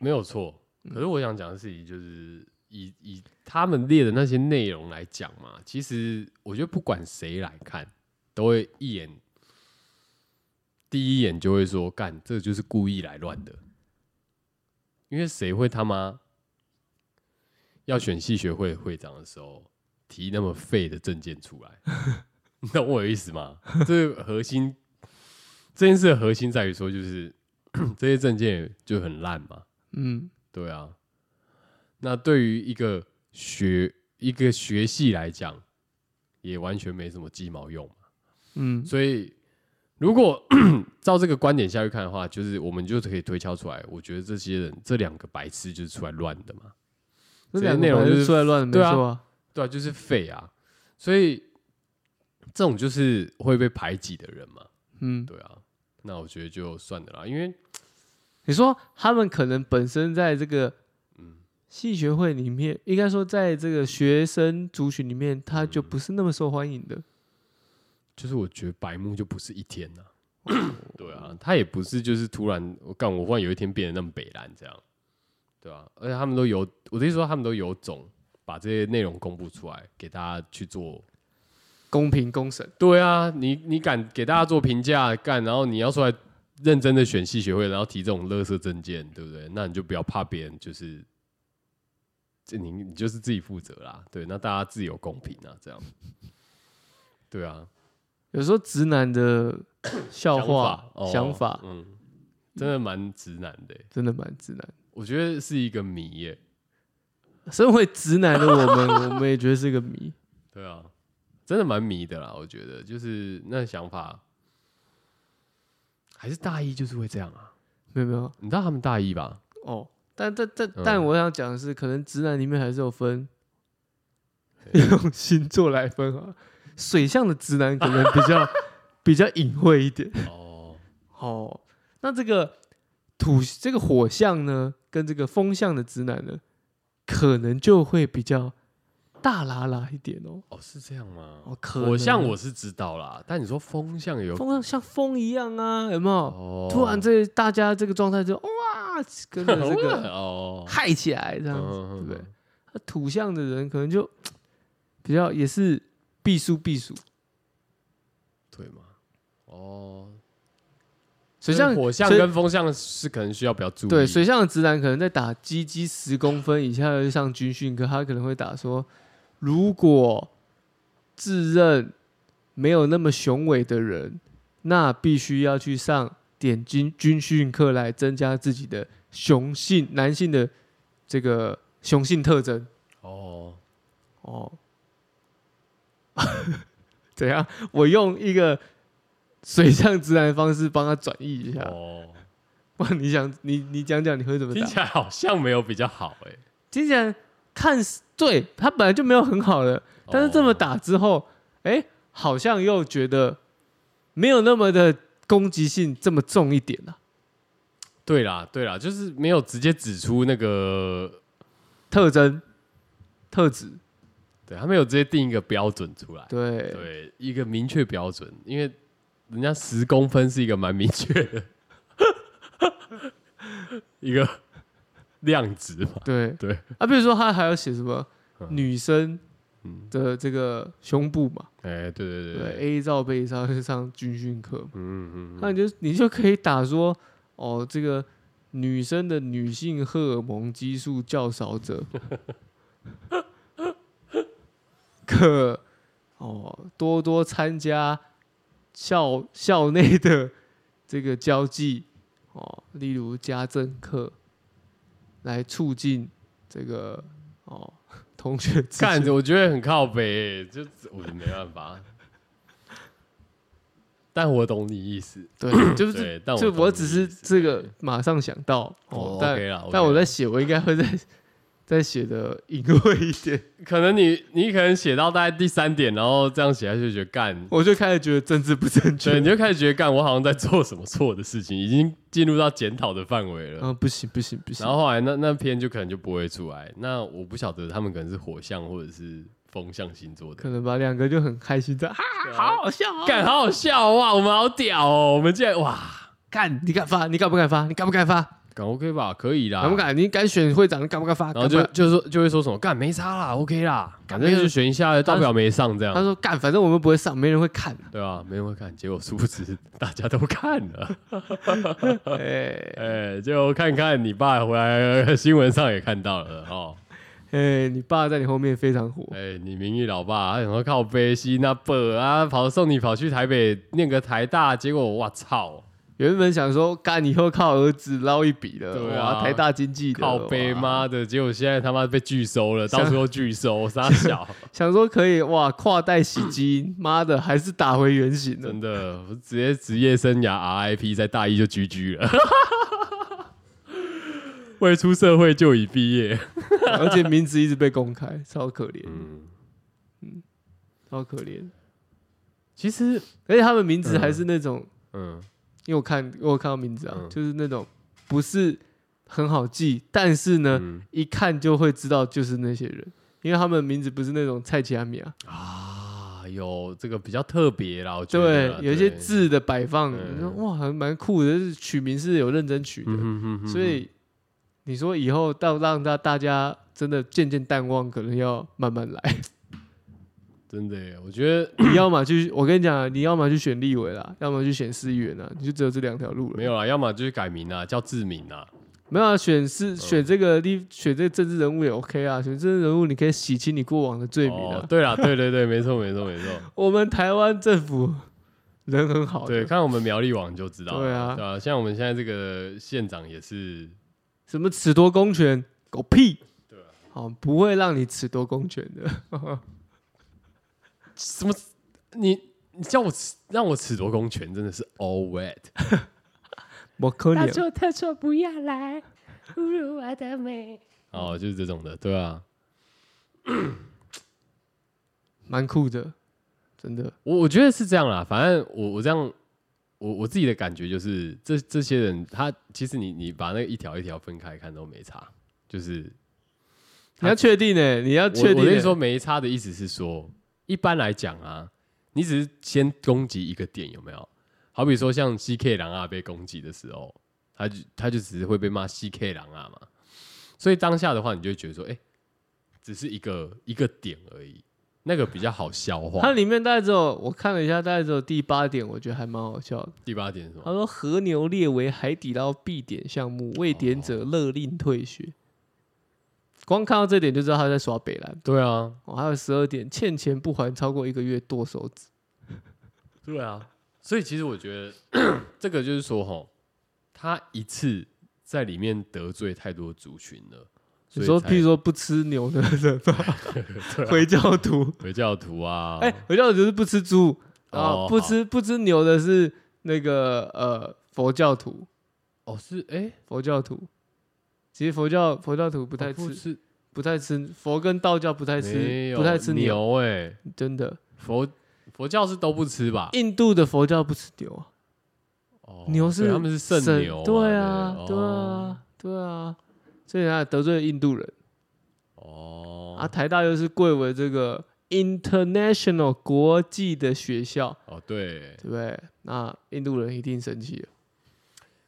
A: 没有错。可是我想讲的事情就是，以以他们列的那些内容来讲嘛，其实我觉得不管谁来看，都会一眼第一眼就会说，干这就是故意来乱的。因为谁会他妈要选系学会会长的时候提那么废的证件出来？ [LAUGHS] 你懂我的意思吗？这个核心这件事的核心在于说，就是 [CLEARS THROAT] 这些证件就很烂嘛，
B: 嗯，
A: 对啊。那对于一个学一个学系来讲，也完全没什么鸡毛用嘛。
B: 嗯
A: 所以如果 [CLEARS THROAT] 照这个观点下去看的话，就是我们就可以推敲出来，我觉得这些人这两个白痴就是出来乱的嘛，这
B: 这两
A: 些
B: 个
A: 内容
B: 本来
A: 就
B: 就是出来乱的，
A: 对
B: 没
A: 啊
B: 错啊。
A: 对啊，就是废啊。所以这种就是会被排挤的人嘛，
B: 嗯，
A: 对啊。那我觉得就算了啦，因为
B: 你说他们可能本身在这个
A: 嗯
B: 戏学会里面，应该说在这个学生族群里面，他就不是那么受欢迎的。
A: 就是我觉得白目就不是一天呐、 [CLEARS THROAT] 对啊，他也不是就是突然我干，我忽然有一天变得那么北蓝这样，对啊，而且他们都有，我的意思说他们都有种把这些内容公布出来，给大家去做。
B: 公平公审，
A: 对啊，你你敢给大家做评价干，然后你要出来认真的选系学会，然后提这种垃圾证件，对不对？那你就不要怕别人就是。这你你就是自己负责啦，对，那大家自有公平啊，这样，对啊，
B: 有时候直男 [COUGHS] 的笑话
A: 哦
B: 想法
A: 嗯，真的蛮直男的欸。
B: 真的蛮直男。
A: 我觉得是一个谜耶。
B: 身为直男的我们，我们也觉得是个谜。
A: 对啊，真的蛮迷的啦。我觉得就是那想法，还是大一就是会这样啊。
B: 没有没有
A: 你知道他们大一吧？
B: 哦，但但但
A: 嗯
B: 但我想讲的是，可能直男里面还是有分， [LAUGHS] 用星座来分啊。水象的直男可能比
A: [LAUGHS]
B: 较比较隐晦一点。
A: 哦，
B: 哦，那这个土这个火象呢，跟这个风象的直男呢，可能就会比较大拉拉一点哦。
A: 哦，是这样吗？
B: 哦，可能
A: 火象我是知道啦，但你说风象有
B: 风象像风一样啊，有没有？
A: 哦
B: 突然这大家这个状态就哇，跟着这
A: [LAUGHS]
B: 个
A: 哦，
B: 嗨起来这样子，
A: 嗯嗯
B: 对
A: 嗯
B: 不对？那土象的人可能就比较也是避暑避暑，
A: 对吗？哦，
B: 水象
A: 火象
B: 水
A: 跟风象是可能需要比较注意。
B: 对，水象的直男可能在打鸡鸡十公分以下的上军训，可他可能会打说，如果自认没有那么雄伟的人，那必须要去上点军军训课来增加自己的雄性男性的这个雄性特征
A: 哦，
B: 哦。 [LAUGHS] 怎样？我用一个水象直男的方式帮他转译一下。
A: 哦，
B: 哇，你想你你讲讲你会怎么打
A: 听？起来好像没有比较好哎。
B: 听起来看似对他本来就没有很好的， [LAUGHS] 但是这
A: 哦
B: 么打之后，哎、好像又觉得没有那么的攻击性这么重一点啊，
A: 对啦，对啦，就是没有直接指出那个，
B: 特征、特质，
A: 对他没有直接定一个标准出来，
B: 对，
A: 对，一个明确标准，因为人家十公分是一个蛮明确的 [LAUGHS] 一个量值嘛，
B: 对
A: 对
B: 啊，比如说他还要写什么
A: 嗯
B: 女生
A: 嗯，
B: 的这个胸部嘛，
A: 哎，对对
B: 对
A: 对对，
B: a 罩杯上 [LAUGHS] 去上军训课嘛，
A: 嗯嗯
B: 那
A: 嗯，
B: 你就你就可以打说，哦，这个女生的女性荷尔蒙激素较少者，可哦多多参加校校内的这个交际哦，例如家政课，来促进这个哦同学之
A: 干
B: 间
A: 着我觉得很靠北、欸就我没办法，但我懂你意思，
B: 对，就是
A: 对，但我
B: 就
A: 懂
B: 我
A: 你
B: 只
A: 意
B: 是
A: 思
B: 这个马上想到哦
A: 哦，
B: 但。
A: ，OK 啦，OK 啦，
B: 但我在 [LAUGHS] 写，我应该会再再写的隐晦一点，
A: 可能你你可能写到大概第三点，然后这样写下去就觉得干，
B: 我就开始觉得政治不正
A: 对，
B: 确
A: 你。就开始觉得干，我好像在做什么错的事情，已经进入到检讨的范围了。
B: 嗯，不行不行不行
A: 然，后后来那那篇就可能就不会出来。那我不晓得他们可能是火象或者是风象星座的
B: 可，能吧，两个就很开心的啊，好好笑哦。
A: 干好好笑哇，我们好屌哦，我们竟然哇，
B: 干，你敢发？你敢不敢发？你敢不敢发？
A: 敢 OK 吧，可以啦，
B: 敢不？敢？你敢选会长？你敢不敢发？
A: 啊然后
B: 敢
A: 就
B: 不敢
A: 就说就会说什么干没差啦，OK 啦，
B: 干
A: 反正
B: 没有
A: 就选一下，代表没上这
B: 他
A: 样，
B: 说干，反正我们不会上，没人会看。
A: 对啊，没人会看，结果殊不知大家都看了。
B: 哎
A: 哎、就看看你爸回来，新闻上也看到了哦。
B: 哎，你爸在你后面非常火，
A: 哎、你名义老爸，哎他想说靠背西那伯啊，跑送你跑去台北念个台大，结果我操，
B: 原本想说干以后靠儿子捞一笔了，
A: 对啊
B: 哇，台大经济的
A: 靠背？
B: 哇
A: 妈的！结果现在他妈被拒收了，
B: 啊像
A: 到处都拒收，傻小，
B: 想说可以哇，跨代洗金，妈的，还是打回原形了。
A: 真的，我直接职业生涯 RIP，在大一就 GG
B: [LAUGHS]
A: 了，未出社会就已毕业，
B: [LAUGHS] 而且名字一直被公开，超可怜，
A: 嗯，
B: 超可怜。
A: 其实，
B: 而且他们名字还是那种，
A: 嗯，
B: 因为我看我有看到名字啊，
A: 嗯
B: 就是那种不是很好记，但是呢，
A: 嗯
B: 一看就会知道就是那些人，因为他们名字不是那种蔡奇阿米啊，
A: 啊，有这个比较特别啦，我觉
B: 对
A: 得啦，
B: 有一些，字的摆放，
A: 啊嗯
B: 你说哇，还蛮酷的，就是取名是有认真取的，
A: 嗯哼哼哼
B: 所以你说以后到让大大家真的渐渐淡忘，可能要慢慢来。
A: [COUGHS] 真的耶，我觉得
B: 你要么去，我跟你讲啊，你要么去选立委啦，要么去选市议员啦，你就只有这两条路了。
A: 没有啦，要么就是改名啊，叫志明啊，
B: 没有啊，选是
A: 嗯
B: 选这个立选这个政治人物也 OK 啊，选政治人物你可以洗清你过往的罪名啊
A: 哦。对啦，对对对，没错没错
B: [LAUGHS]
A: 没错，
B: 我们台湾政府人很好
A: 哦
B: 的，
A: 对，看我们苗栗网就知道了，
B: 哦对啊
A: 对啊，像我们现在这个县长也是，
B: 什么褫夺公权，狗屁！
A: 对啊
B: 好，不会让你褫夺公权的。
A: 什么？你你叫我吃让我褫夺公权，真的是 all wet。
B: 我可
C: 大
B: 怜，
C: 错特错不要来，侮辱我的美。
A: 哦，就是这种的，对啊。
B: 蛮酷的，真的。
A: 我我觉得是这样啦，反正我我这样，我我自己的感觉就是，这这些人他其实你你把那个一条一条分开看都没差，就是
B: 你要确定呢、你要
A: 我
B: 确
A: 我跟
B: 定、欸。
A: 你说没差的意思是说，一般来讲啊，你只是先攻击一个点有没有？好比说像 CK 狼啊被攻击的时候，他就他就只是会被骂 CK 狼啊嘛，所以当下的话，你就会觉得说，哎、只是一个一个点而已，那个比较好消
B: 它
A: 化。
B: 里面大概只有我看了一下，大概只有第八点，我觉得还蛮好笑的。
A: 第八点是什
B: 他
A: 么？
B: 说和牛列为海底捞必点项目，未点者勒令退学。光看到这点就知道他在耍北兰。
A: 对啊，
B: 哦，还有十二点，欠钱不还超过一个月剁手指。
A: 对啊，所以其实我觉得 [CLEARS THROAT] 这个就是说，吼，他一次在里面得罪太多族群了。所
B: 你
A: 以
B: 说，
A: 才
B: 譬如说不吃牛的人吧，
A: [LAUGHS]
B: 回教徒，
A: 回教徒啊，
B: 哎、回教徒是不吃猪啊，
A: 哦
B: 不吃不吃牛的是那个呃佛教徒，
A: 哦，是哎，
B: 佛教徒。其实佛教佛教徒哦
A: 哦不
B: 不太吃，
A: 吃，
B: 不太吃佛跟道教不太
A: 没
B: 吃，
A: 有
B: 不太吃牛，
A: 牛哎，
B: 真的。
A: [LAUGHS] 佛佛教是都不吃吧？
B: 印度的佛教不吃牛啊，
A: 哦
B: 牛
A: 对
B: 是
A: 他们是圣
B: 神
A: 牛嘛，哦
B: 对啊，
A: 不
B: 对，啊，对啊，所以他得罪了印度人
A: 哦
B: 啊。
A: 哦
B: 台大又是贵为这个 international 国际的学校，
A: 哦对，
B: 对不对？那印度人一定生气了，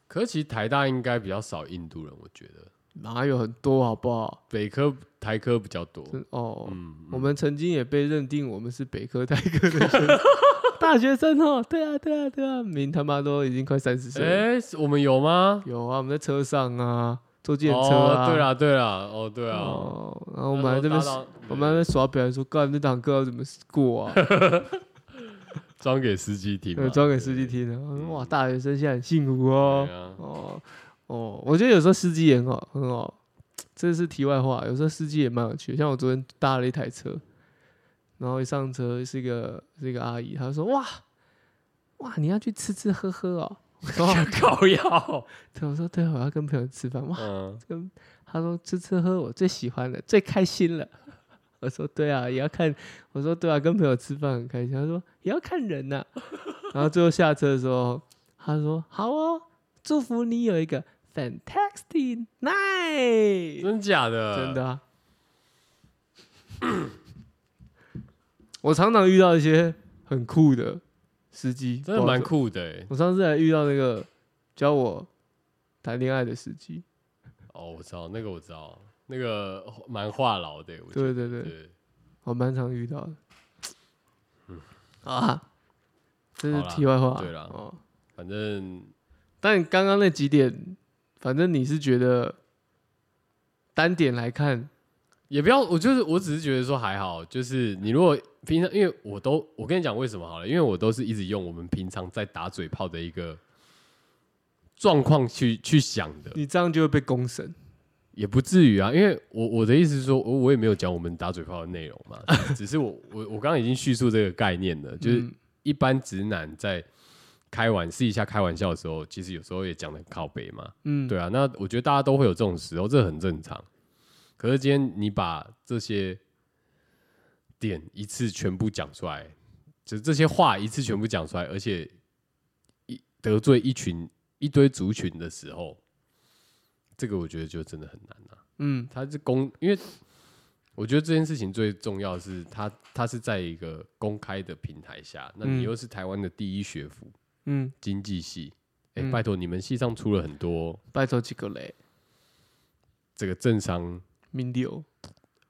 A: 可是其实台大应该比较少印度人，我觉得
B: 哪有很多好不好？
A: 北科台科比较多，
B: 真哦，
A: 嗯，
B: 我们曾经也被认定我们是北科、台科的学
A: [LAUGHS]
B: 生大学生哦，对啊，对啊，对啊，明他妈都已经快三十岁了。
A: 哎，我们有 [LAUGHS] 吗？
B: 有啊，我们在车上啊，坐电车
A: 哦
B: 啊，
A: 对啦对啦，哦对啊，
B: 哦，然后我们还在那
A: 那
B: 边
A: 时候搭档
B: 我们还在耍表演说，干这堂课要怎么
A: [LAUGHS]
B: 过啊？
A: 装给司机听嘛，
B: 呃装给司机听啊！
A: 嗯
B: 哇，大学生现在很幸福
A: 对
B: 哦。
A: 啊
B: 哦哦，我觉得有时候司机也很好，很好。这是题外话，有时候司机也蛮有趣的。像我昨天搭了一台车，然后一上车是一个是一个阿姨，她说：“哇哇，你要去吃吃喝喝哦。” [LAUGHS] 我说哦
A: 靠药，：“
B: 对，我说对，我要跟朋友吃饭。”哇，
A: 嗯，
B: 跟他说吃吃喝我最喜欢了，最开心了。 [LAUGHS] 我说对啊，也要看。我说对啊，跟朋友吃饭很开心。他说也要看人呐、 [LAUGHS] 然后最后下车的时候，他说好哦，祝福你有一个 fantastic night。
A: 真假的，
B: 真的啊，我常常遇到一些很酷的司机，
A: 真的蛮
B: 不知道怎么。
A: 酷的欸，
B: 我上次还遇到那个教我谈恋爱的司机，
A: 哦，我知道那个，我知道那个蛮话痨的，我觉得
B: 对对对。
A: 对，
B: 我蛮常遇到的。啊，这是
A: 嗯好啦
B: 题外话。
A: 对啦
B: 哦，
A: 反正
B: 但刚刚那几点，反正你是觉得单点来看，
A: 也不要，我就是我只是觉得说还好，就是你如果平常，因为我都我跟你讲为什么好了，因为我都是一直用我们平常在打嘴炮的一个状况去去想的，
B: 你这样就会被公审。
A: 也不至于啊，因为我我的意思是说，我我也没有讲我们打嘴炮的内容
B: [LAUGHS]
A: 嘛，只是我我我刚刚已经叙述这个概念了，就是
B: 嗯
A: 一般直男在开玩私底下开玩笑的时候，其实有时候也讲的靠北嘛，
B: 嗯，
A: 对啊，那我觉得大家都会有这种时候，这很正常。可是今天你把这些点一次全部讲出来，就是这些话一次全部讲出来，而且一得罪一群一堆族群的时候，这个我觉得就真的很难啊。
B: 嗯，
A: 他是公，因为我觉得这件事情最重要的是他，他是在一个公开的平台下，那
B: 嗯
A: 你又是台湾的第一学府
B: 嗯，
A: 经济系，哎、
B: 嗯
A: 拜托你们系上出了很多
B: 拜托几个嘞，
A: 这个政商
B: 名流，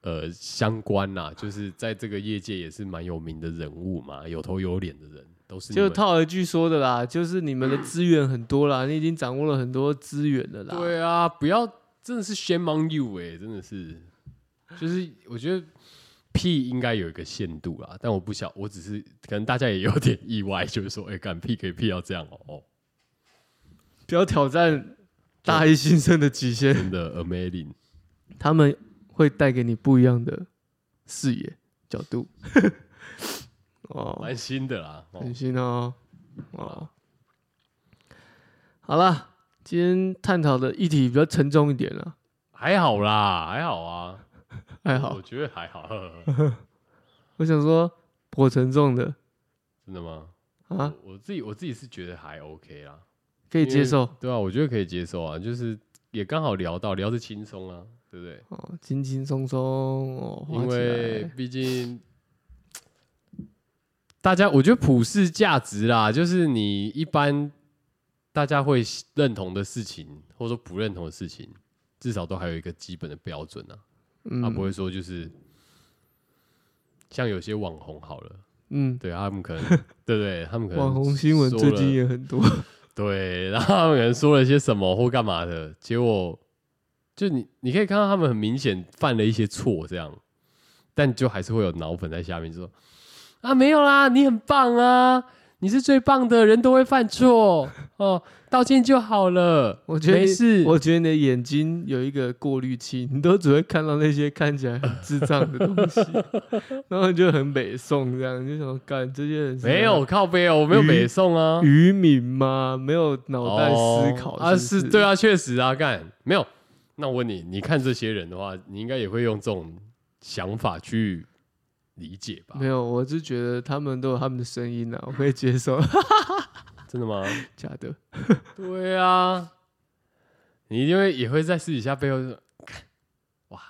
A: 呃相关啦、就是在这个业界也是蛮有名的人物嘛，有头有脸的人都是你
B: 就
A: 们
B: 套一句说的啦，就是你
A: [CLEARS THROAT]
B: 们的资源很多啦，你已经掌握了很多资源了啦。，
A: 对啊，不要真的是 shame on you 哎、真的是，就是我觉得屁应该有一个限度啦，但我不晓，我只是可能大家也有点意外，就是说，哎、干屁可以屁到这样哦、哦
B: 不要挑战大一新生的极限，
A: 真的 amazing，
B: 他们会带给你不一样的视野角度。哦，
A: 蛮新的啦，哦
B: 很新哦。哦，好啦，今天探讨的议题比较沉重一点了，
A: 还好啦，还好啊，
B: 还好
A: 我。觉得还好， [LAUGHS] 呵呵
B: 我想说，颇沉重的
A: 真的吗？
B: 啊，
A: 我我自己我自己是觉得还 OK 啦，
B: 可以接受
A: 对啊，我觉得可以接受啊，就是也刚好聊到聊得轻松啊，对不对？
B: 哦，轻轻松松哦，滑
A: 因
B: 起
A: 为
B: 来
A: 毕竟大家，我觉得普世价值啦，就是你一般大家会认同的事情，或者说不认同的事情，至少都还有一个基本的标准啊，
B: 嗯
A: 啊，不会说就是像有些网红好了，
B: 嗯，
A: 对他们
B: [LAUGHS]
A: 可能对不对？他们可能
B: 网红新闻
A: 说
B: 最
A: 了
B: 近也很多，
A: 对，然后他们可能说了些什么或干嘛的，结果就你你可以看到他们很明显犯了一些错，这样，但就还是会有脑粉在下面就说啊没有啦，你很棒啊，你是最棒的，人都会犯错哦，道歉就好了，
B: 我觉得
A: 没
B: 你
A: 事，
B: 我觉得你的眼睛有一个过滤器，你都只会看到那些看起来很智障的东
A: [LAUGHS]
B: 西，然后你就很北宋这样，你就想说干这些人是
A: 没有靠背哦，我没有
B: 鱼
A: 北宋啊，
B: 愚民吗？没有脑袋
A: 哦
B: 思考
A: 啊，
B: 是
A: 是
B: 不
A: 对，啊，确实啊，干没有。那我问你，你看这些人的话，你应该也会用这种想法去理解吧
B: 没？有，我是觉得他们都有他们的声音啊，我可以接受，
A: 真的吗？
B: [LAUGHS] 假的，
A: 对啊，你一定会也会在私底下背后说，看哇，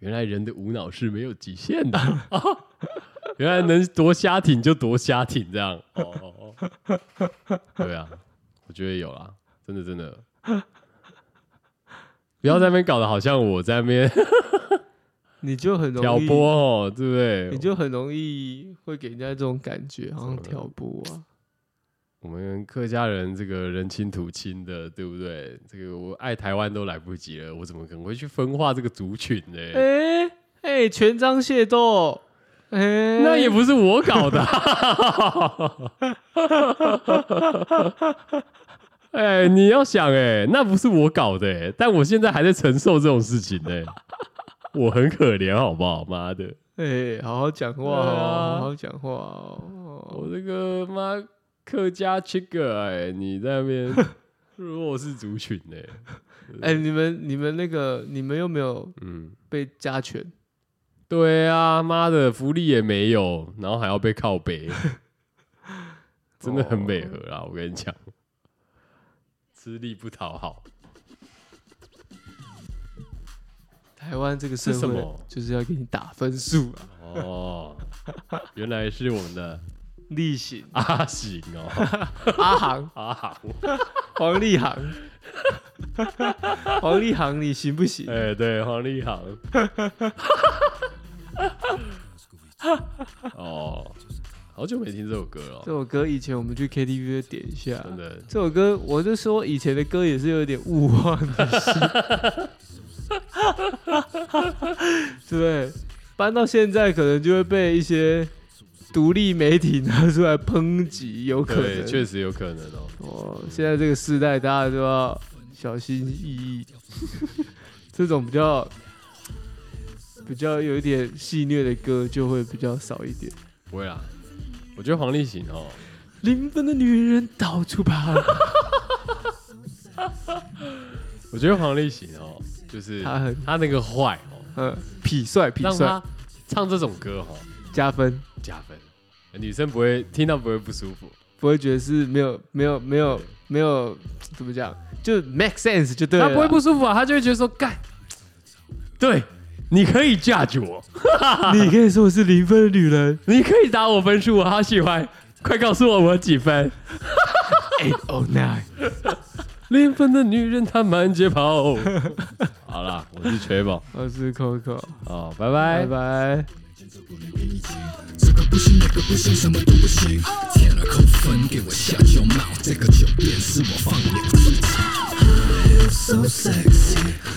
A: 原来人的无脑是没有极限 [LAUGHS] 的啊，原来能多瞎挺就多瞎挺这样。哦哦哦，对啊，我觉得有啦，真的真的，不要在那边搞得好像我在那边
B: 你就很容
A: 挑
B: 易，
A: 拨哦，对不对？
B: 你就很容易会给人家这种感觉，好
A: 么
B: 像
A: 了
B: 挑拨啊。
A: 我们客家人这个人亲土亲的，对不对？这个我爱台湾都来不及了，我怎么可能会去分化这个族群呢？
B: 哎、哎、全章械斗，哎、
A: 那也不是我搞的、 [LAUGHS] 哎、你要想哎、那不是我搞的、哎，但我现在还在承受这种事情呢、哎我很可怜，好不好？妈的，
B: 哎、好好讲话
A: 对
B: 哦，
A: 啊
B: 好好讲话哦。
A: 我这个妈客家这个哎，你在那边弱势族群呢、哎
B: 哎、你们你们那个你们有没有
A: 嗯，
B: 被加权？
A: 对啊，妈的，福利也没有，然后还要被靠背，真的很美和啦！我跟你讲，吃力不讨好。
B: 台湾这个社
A: 是什
B: 会
A: 么
B: 就是要给你打分数啊，
A: 哦，原来是我们的
B: 例行
A: 阿行哦，
B: 阿航
A: 阿行，
B: 黄立航，黄立航你行不行？
A: 哎、对，黄立行。哦，好久没听这首歌了
B: 这
A: 哦，
B: 首歌以前我们去 KTV 会点一下，
A: 真的
B: 这首歌我就说以前的歌也是有点勿忘的 [LAUGHS] 事，对，搬到现在可能就会被一些独立媒体拿出来抨击，有可
A: 对，
B: 能。
A: 确实有可能哦、
B: 哦，现在这个时代，大家都要小心翼翼。 [LAUGHS] 这种比较比较有一点戏虐的歌，就会比较少一点。
A: 不会啦，我觉得黄立行哦、
B: 零分的女人到处 [LAUGHS] 跑，
A: 我觉得黄立行哦、就是
B: 他很
A: 他那个坏哦、
B: 呃痞帅痞
A: 让
B: 帅
A: 他唱这种歌哦、
B: 加分，
A: 加分，女生不会听到不会不舒服，
B: 不会觉得是没有没有没有没有怎么讲，就 make sense 就对了
A: 她
B: 啦。
A: 不会不舒服啊，她就会觉得说干，对，你可以嫁娶我，
B: 你可以说我是零分的女人。
A: 你可以打我分数，我好喜欢，快告诉我我几
B: [LAUGHS]
A: 分。
B: Eight o nine，
A: 零分的女人她满街跑。好啦，我是锤宝，
B: 我是 Coco，
A: 哦，拜拜
B: 拜。拜。
D: 这个不行，那个不行，什么都不行。舔了扣分，给我下酒脑，这个酒店是我放眼自己。So sexy。